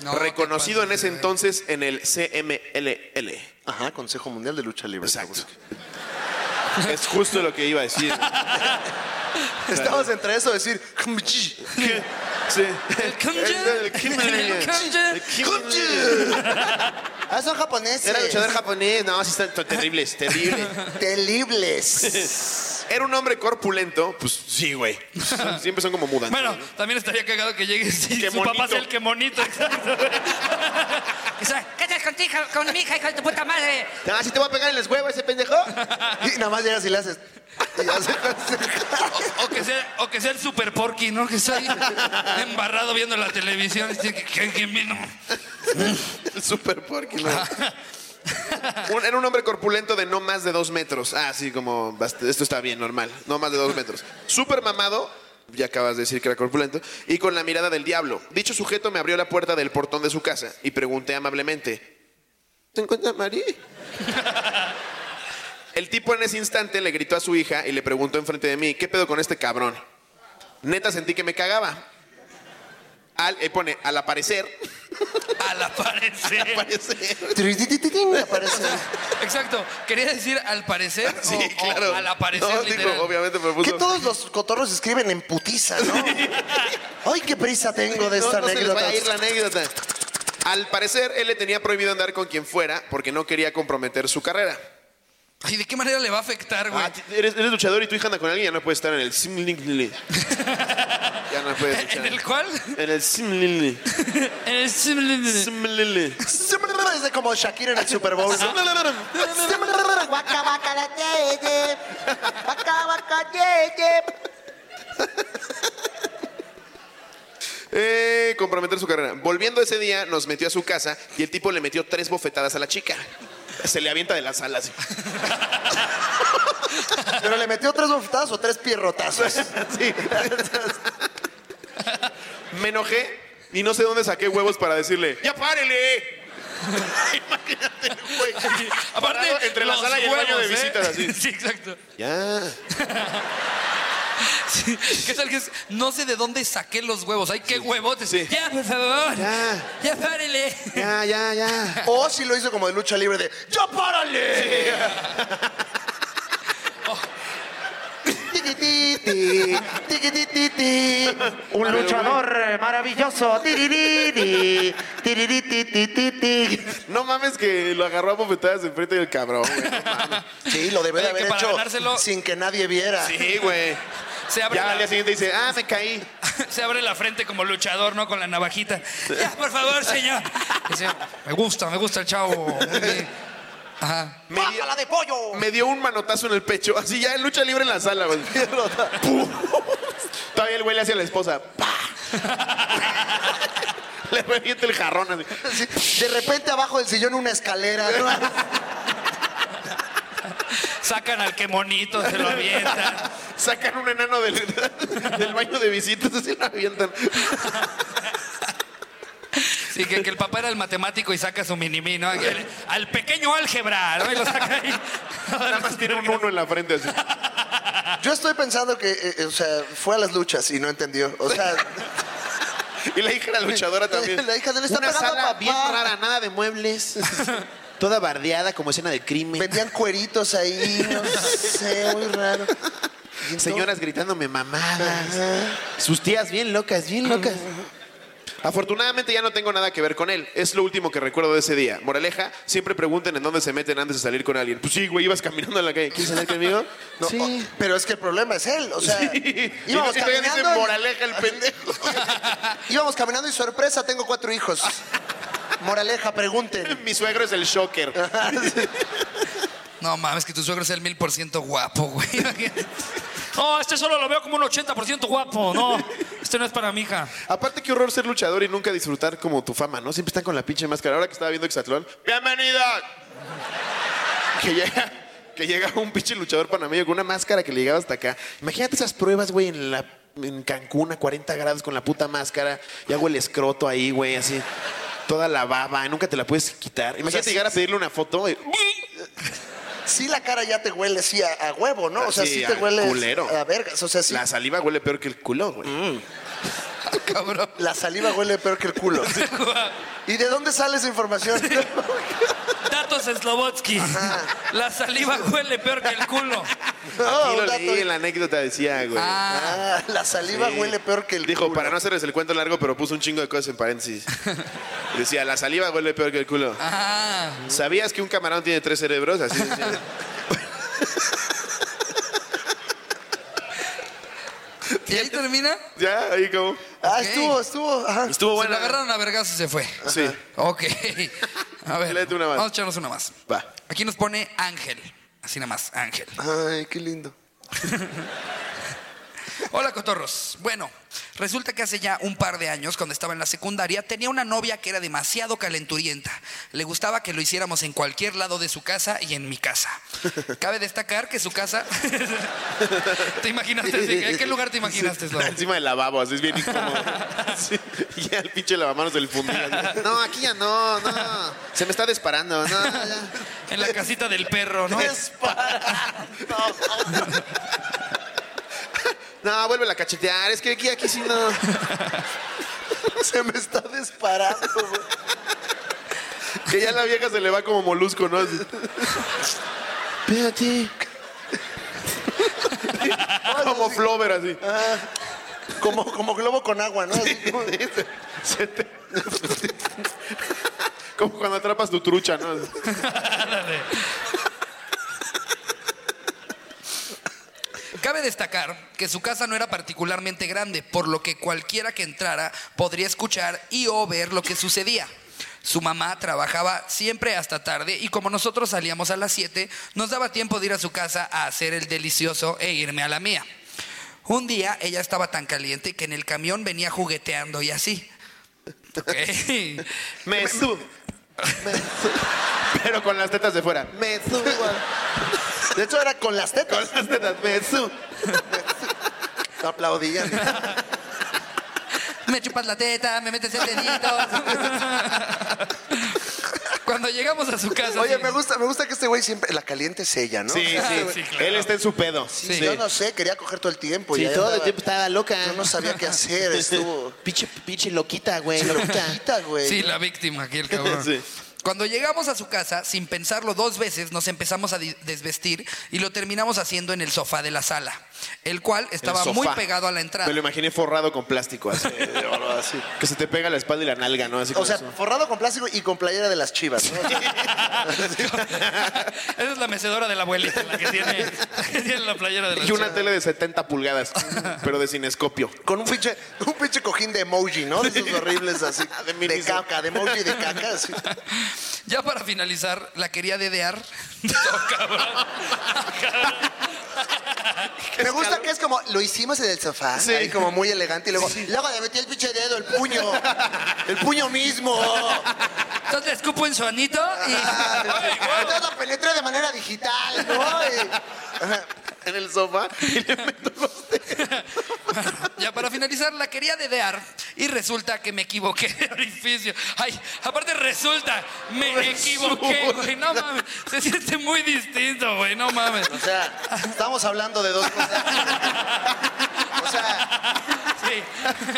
Speaker 1: No,
Speaker 2: reconocido
Speaker 1: te
Speaker 2: en ese
Speaker 1: pases de
Speaker 2: entonces en el CMLL.
Speaker 3: Ajá, Consejo Mundial de Lucha Libre.
Speaker 2: Exacto. es justo lo que iba a decir.
Speaker 3: Estamos entre eso, decir.
Speaker 2: ¿Qué? Sí.
Speaker 1: El Kimchi.
Speaker 2: El Kimchi.
Speaker 1: El Kimchi.
Speaker 2: El Kimchi.
Speaker 3: Ah, son japoneses.
Speaker 2: Era luchador japonés. No, sí, está terrible, es terrible.
Speaker 3: Telibles.
Speaker 2: Era un hombre corpulento. Pues sí, güey. Siempre son como mudan.
Speaker 1: Bueno, también estaría cagado que llegue si
Speaker 2: Qué
Speaker 1: su papá
Speaker 2: monito.
Speaker 1: es el que monito. exacto. O sea, ¿Qué haces contigo, con mi hija, hijo de tu puta madre?
Speaker 2: Ah, sí te voy a pegar en los huevos ese pendejo.
Speaker 3: Y nada más llegas y le haces. Y ya se consejo.
Speaker 1: O que sea, o que sea el super porky, ¿no? Que está ahí embarrado viendo la televisión y dice que, que, que vino.
Speaker 2: El super porky. ¿no? Un- era un hombre corpulento de no más de dos metros. Ah, sí, como bast- esto está bien, normal. No más de dos metros. Súper mamado. Ya acabas de decir que era corpulento. Y con la mirada del diablo. Dicho sujeto me abrió la puerta del portón de su casa y pregunté amablemente: ¿Se encuentra María? El tipo en ese instante le gritó a su hija y le preguntó enfrente de mí: ¿Qué pedo con este cabrón? Neta sentí que me cagaba. Al, eh, pone, al aparecer,
Speaker 1: Al aparecer.
Speaker 2: aparecer.
Speaker 3: Tirititititín, Aparece.
Speaker 1: Exacto. Quería decir al parecer
Speaker 2: Sí,
Speaker 1: o, o
Speaker 2: claro.
Speaker 1: al aparecer
Speaker 2: No, digo,
Speaker 1: literal.
Speaker 2: obviamente me
Speaker 3: Que
Speaker 2: puso.
Speaker 3: todos los cotorros escriben en putiza, ¿no? Ay, qué prisa tengo de esta
Speaker 2: no, no se les
Speaker 3: anécdota.
Speaker 2: vaya a ir la anécdota. Al parecer, él le tenía prohibido andar con quien fuera porque no quería comprometer su carrera.
Speaker 1: Ay, ¿de qué manera le va a afectar, güey?
Speaker 2: Ah, ti- eres, eres luchador y tú hija anda con alguien, ya no puedes estar en el sim Ya no puedes luchar.
Speaker 1: ¿En el cual?
Speaker 2: En el simlili.
Speaker 1: Simlili.
Speaker 2: Simlili.
Speaker 3: Es como Shakira en el Super
Speaker 1: Ah.
Speaker 3: Bowl. ¿no?
Speaker 5: Waka waka la yeah yeah. Waka waka yeah yeah.
Speaker 2: Eh, comprometer su carrera. Volviendo ese día, nos metió a su casa y el tipo le metió tres bofetadas a la chica. Se le avienta de las alas.
Speaker 3: Pero le metió tres bofetadas o tres pierrotazos.
Speaker 2: Sí. Me enojé y no sé dónde saqué huevos para decirle, ¡ya párele! Imagínate, güey.
Speaker 1: Aparte,
Speaker 2: Parado entre la
Speaker 1: los
Speaker 2: sala y el baño de
Speaker 1: huevos, ¿eh?
Speaker 2: visitas, así.
Speaker 1: Sí, exacto.
Speaker 2: Ya.
Speaker 1: Sí. ¿Qué tal que es? No sé de dónde saqué los huevos. Ay, qué huevotes.
Speaker 2: Sí.
Speaker 1: Ya, por favor.
Speaker 2: Ya.
Speaker 1: Ya, párele.
Speaker 2: Ya, ya, ya.
Speaker 3: O si lo hizo como de lucha libre de ¡Ya párale! Tiquititi, tiquititi.
Speaker 5: Un luchador maravilloso. Tiririri. Tirirititititi.
Speaker 2: No mames que lo agarró a bofetadas enfrente del cabrón, güey.
Speaker 3: Sí, lo debe de
Speaker 1: Oye, que
Speaker 3: haber
Speaker 1: para
Speaker 3: hecho
Speaker 1: ganárselo-
Speaker 3: sin que nadie viera.
Speaker 2: Sí, güey.
Speaker 1: Se abre,
Speaker 2: Ya al
Speaker 1: la,
Speaker 2: día siguiente dice, ah, me caí.
Speaker 1: se abre la frente como luchador, ¿no? Con la navajita. Ya, por favor, señor. Dice, me gusta, me gusta el chavo. Muy bien. Ajá.
Speaker 2: Me dio,
Speaker 5: Bájala de pollo.
Speaker 2: me dio un manotazo en el pecho, así ya en lucha libre en la sala, güey. Pum. Todavía el güey le hace a la esposa. ¡pa! le revienta el jarrón así.
Speaker 3: Sí, De repente abajo del sillón una escalera. ¿no?
Speaker 1: Sacan al que monito, se lo avientan.
Speaker 2: Sacan un enano del, del baño de visitas, así lo avientan.
Speaker 1: Sí, que, que el papá era el matemático y saca su minimí, ¿no? Al, al pequeño álgebra, ¿no? Y lo saca ahí.
Speaker 2: Nada más tiene un uno en la frente así.
Speaker 3: Yo estoy pensando que, eh, eh, o sea, fue a las luchas y no entendió. O sea,
Speaker 2: Y la hija de la luchadora también.
Speaker 3: La hija de él está
Speaker 2: Una
Speaker 3: pegando a
Speaker 2: sala
Speaker 3: papá.
Speaker 2: bien rara, nada de muebles. Toda bardeada como escena de crimen.
Speaker 3: vendían cueritos ahí, no sé, muy raro. Y entonces-
Speaker 2: Señoras gritándome mamadas.
Speaker 3: Ajá.
Speaker 2: Sus tías bien locas, bien locas. Afortunadamente ya no tengo nada que ver con él. Es lo último que recuerdo de ese día. Moraleja, siempre pregunten en dónde se meten antes de salir con alguien. Pues sí, güey, ibas caminando en la calle. ¿Quieres salir conmigo?
Speaker 3: No,
Speaker 2: sí.
Speaker 3: o- pero es que el problema es él, o sea,
Speaker 2: Y no,
Speaker 3: íbamos,
Speaker 2: y todavía dicen
Speaker 3: caminando
Speaker 2: moraleja el pendejo.
Speaker 3: y, íbamos caminando y sorpresa, tengo cuatro hijos. Moraleja, pregunten.
Speaker 2: Mi suegro es el shocker.
Speaker 1: No mames, que tu suegro sea el mil por ciento guapo, güey. No, este solo lo veo como un 80% guapo. No, este no es para mi hija.
Speaker 2: Aparte, qué horror ser luchador y nunca disfrutar como tu fama, ¿no? Siempre están con la pinche máscara. Ahora que estaba viendo Exatlón, ¡bienvenida! Que llega, que llega un pinche luchador panameño con una máscara que le llegaba hasta acá. Imagínate esas pruebas, güey, en la en Cancún a 40 grados con la puta máscara. Y hago el escroto ahí, güey, así. Toda la baba, nunca te la puedes quitar. Imagínate
Speaker 3: O sea,
Speaker 2: llegar a pedirle una foto. y-
Speaker 3: Sí, la cara ya te huele, sí, a, a huevo, ¿no? O sea,
Speaker 2: Sí,
Speaker 3: sí, te
Speaker 2: a
Speaker 3: huele
Speaker 2: culero.
Speaker 3: a vergas, o sea, sí.
Speaker 2: La saliva huele peor que el culo, güey.
Speaker 3: Mm.
Speaker 1: Cabrón.
Speaker 3: La saliva huele peor que el culo. ¿Y de dónde sale esa información?
Speaker 1: Datos Slobotsky. La saliva huele peor que el culo.
Speaker 3: No,
Speaker 2: Aquí
Speaker 3: un
Speaker 2: lo
Speaker 3: dato-
Speaker 2: leí en la anécdota, decía, güey.
Speaker 1: Ah,
Speaker 3: Ah, la saliva huele peor que el
Speaker 2: Dijo,
Speaker 3: culo.
Speaker 2: para no hacerles el cuento largo, pero puso un chingo de cosas en paréntesis. Decía, la saliva huele peor que el culo.
Speaker 1: ah.
Speaker 2: ¿Sabías que un camarón tiene tres cerebros? Así decía.
Speaker 1: ¿Y ahí termina?
Speaker 2: ya, ahí como.
Speaker 3: Ah,
Speaker 1: Ok.
Speaker 3: estuvo, estuvo. ajá.
Speaker 2: Estuvo
Speaker 1: Se lo
Speaker 2: bueno.
Speaker 1: agarraron a vergas y se fue.
Speaker 2: Sí.
Speaker 1: Ok. A ver.
Speaker 2: Léete una más.
Speaker 1: Vamos a echarnos una más.
Speaker 2: Va.
Speaker 1: Aquí nos pone Ángel. Así nada más, Ángel.
Speaker 3: Ay, qué lindo.
Speaker 1: Hola, cotorros. Bueno, resulta que hace ya un par de años, cuando estaba en la secundaria, tenía una novia que era demasiado calenturienta. Le gustaba que lo hiciéramos en cualquier lado de su casa y en mi casa. Cabe destacar que su casa. ¿Te imaginaste? así? ¿En qué lugar te imaginaste, Slobo?
Speaker 2: Encima del lavabo, así es bien incómodo. Sí. Y ya el pinche lavamanos del fundido. No, aquí ya no, no. Se me está disparando, no.
Speaker 1: En la casita del perro, ¿no?
Speaker 2: No, vuelve a cachetear, es que aquí, aquí sí no.
Speaker 3: Se me está disparando. güey.
Speaker 2: Que ya la vieja se le va como molusco, ¿no? Así.
Speaker 3: Espérate.
Speaker 2: Como flover, así.
Speaker 3: Como, como globo con agua, ¿no? Así como- este.
Speaker 2: Se te- Como cuando atrapas tu trucha, ¿no?
Speaker 1: Cabe destacar que su casa no era particularmente grande, por lo que cualquiera que entrara podría escuchar y o ver lo que sucedía. Su mamá trabajaba siempre hasta tarde y como nosotros salíamos a las 7, nos daba tiempo de ir a su casa a hacer el delicioso e irme a la mía. Un día ella estaba tan caliente que en el camión venía jugueteando y así. Ok.
Speaker 2: Me sub. Pero con las tetas de fuera.
Speaker 3: Me subo. De hecho, era con las
Speaker 2: Con
Speaker 3: tetas.
Speaker 2: las tetas, me sub.
Speaker 3: No aplaudían.
Speaker 1: Me chupas la teta, me metes el dedito. Cuando llegamos a su casa.
Speaker 3: Oye,
Speaker 1: sí.
Speaker 3: me gusta, me gusta que este güey siempre. La caliente es ella, ¿no?
Speaker 2: Sí,
Speaker 1: sí,
Speaker 2: sí,
Speaker 1: Ah, claro.
Speaker 2: Él está en su pedo.
Speaker 3: Sí,
Speaker 1: Sí.
Speaker 3: Yo no sé, quería coger todo el tiempo. y
Speaker 4: Sí,
Speaker 3: ahí
Speaker 4: todo el
Speaker 3: andaba.
Speaker 4: tiempo estaba loca.
Speaker 3: Yo no sabía qué hacer, estuvo.
Speaker 4: Pinche, pinche loquita, güey. Loquita.
Speaker 3: Loquita, güey.
Speaker 1: Sí, la víctima aquí, el cabrón.
Speaker 2: Sí.
Speaker 1: Cuando llegamos a su casa, sin pensarlo dos veces, nos empezamos a di- desvestir y lo terminamos haciendo en el sofá de la sala, el cual estaba
Speaker 2: El
Speaker 1: muy
Speaker 2: sofá.
Speaker 1: pegado a la entrada.
Speaker 2: Me lo imaginé forrado con plástico, así, de oro, así. Que se te pega la espalda y la nalga, ¿no? Así
Speaker 3: O
Speaker 2: como
Speaker 3: sea,
Speaker 2: eso.
Speaker 3: forrado con plástico y con playera de las chivas, ¿no?
Speaker 1: Esa es la mecedora de la abuelita, la que tiene, la que tiene la playera de la
Speaker 2: Y una
Speaker 1: chava.
Speaker 2: tele de 70 pulgadas, pero de cinescopio.
Speaker 3: Con un pinche, un pinche cojín de emoji, ¿no? De esos horribles así.
Speaker 2: De
Speaker 3: De,
Speaker 2: minis.
Speaker 3: caca, de emoji de caca. así.
Speaker 1: Ya para finalizar, la quería dedear. No, cabrón.
Speaker 3: Me gusta que es como, lo hicimos en el sofá,
Speaker 2: Sí.
Speaker 3: ahí como muy elegante. Y luego, luego le metí el pinche dedo, el puño. El puño mismo.
Speaker 1: Entonces le escupo en su anito y...
Speaker 3: Entonces lo penetré de manera digital, ¿no? Y- Ajá.
Speaker 2: En el sofá. Y le meto los dedos.
Speaker 1: Ya para finalizar, la quería dedear y resulta que me equivoqué de orificio. Ay, aparte resulta, me equivoqué, güey. No mames, se siente muy distinto, güey. No mames.
Speaker 3: O sea, estamos hablando de dos cosas. O sea,
Speaker 1: Sí.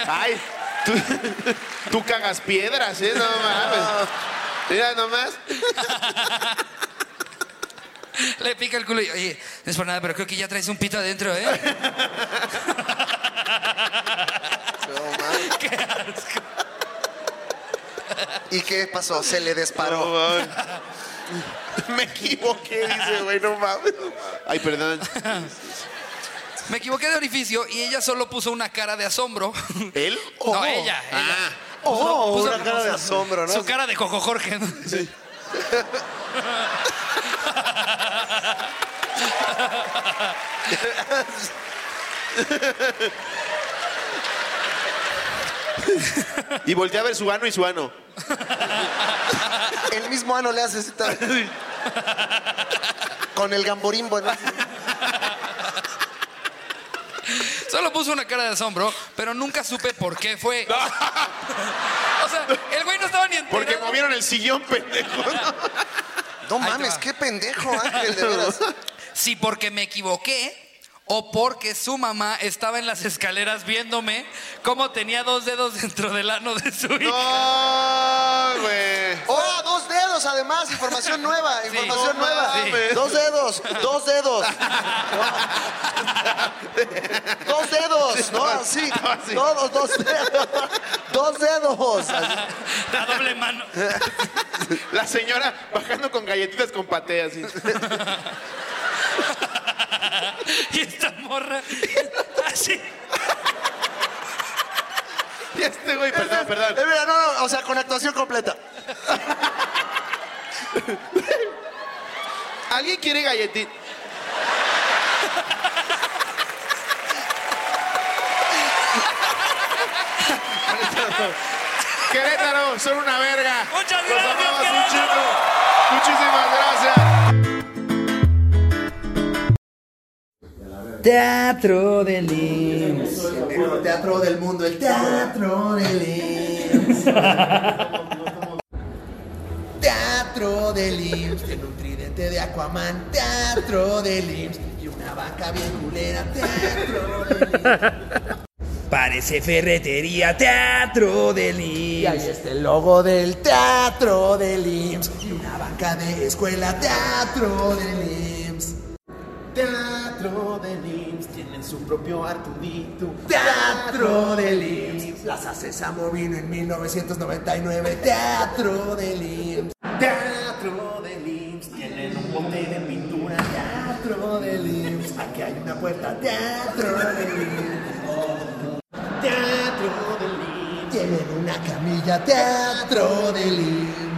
Speaker 2: Ay, tú, tú cagas piedras, ¿eh? No mames. Mira nomás.
Speaker 1: Le pica el culo y, oye, no es por nada, pero creo que ya traes un pito adentro, ¿eh?
Speaker 3: ¿y qué pasó? Se le
Speaker 2: No
Speaker 3: disparó.
Speaker 2: mames. Me equivoqué, dice, güey, no mames. Ay, perdón.
Speaker 1: Me equivoqué de orificio y ella solo puso una cara de asombro.
Speaker 2: ¿Él?
Speaker 1: No, ella. ella.
Speaker 3: Oh,
Speaker 1: Puso-
Speaker 3: una cara de asombro, ¿no?
Speaker 1: Su cara de Coco Jorge. ¿no?
Speaker 2: Y volteé a ver su ano y su ano.
Speaker 3: El mismo ano le hace así tal. Con el gamborimbo, ¿no?
Speaker 1: Solo puso una cara de asombro, pero nunca supe por qué fue. O sea, el güey no estaba ni enterado.
Speaker 2: Porque movieron el sillón, pendejo.
Speaker 3: No
Speaker 1: te
Speaker 3: mames,
Speaker 1: va.
Speaker 3: qué pendejo, Ángel, de veras.
Speaker 1: Si porque me equivoqué o porque su mamá estaba en las escaleras viéndome cómo tenía dos dedos dentro del ano de su hijo.
Speaker 2: No, güey.
Speaker 3: ¡Oh, dos dedos además! Información nueva, información
Speaker 1: No
Speaker 3: nueva.
Speaker 1: mames.
Speaker 3: Dos dedos, dos dedos. dos dedos, ¿no? Así.
Speaker 2: así.
Speaker 3: Todos, dos dedos. Dos dedos. Así.
Speaker 1: La doble mano.
Speaker 2: La señora bajando con galletitas con paté así.
Speaker 1: Y esta morra. Así.
Speaker 2: Y este güey, perdón,
Speaker 3: Eh,
Speaker 2: perdón.
Speaker 3: mira, no, no, o sea, con actuación completa.
Speaker 2: ¿Alguien quiere galletita? Querétaro, son una verga.
Speaker 1: Muchas
Speaker 2: Los
Speaker 1: gracias,
Speaker 2: amamos un
Speaker 1: Querétaro.
Speaker 2: chingo. Muchísimas gracias.
Speaker 6: Teatro del IMSS.
Speaker 3: El mejor teatro del mundo, el teatro del IMSS.
Speaker 6: Teatro del IMSS. Tiene un tridente de Aquaman. Teatro del IMSS. Y una vaca bien culera. Teatro del IMSS. Parece ferretería. Teatro del
Speaker 4: Y ahí
Speaker 6: IMSS.
Speaker 4: está el logo del teatro.
Speaker 6: Teatro del IMSS. Y una banca de escuela. Teatro del IMSS.
Speaker 4: Teatro del IMSS. Tienen su propio Artudito.
Speaker 6: Teatro del IMSS. Las Sésamo vino en 1999. Teatro del IMSS.
Speaker 4: Teatro del IMSS. Tienen un bote de pintura.
Speaker 6: Teatro del IMSS. IMSS, aquí hay una puerta. Teatro del IMSS. oh, oh. Teatro del IMSS. Tienen una camilla. Teatro del IMSS.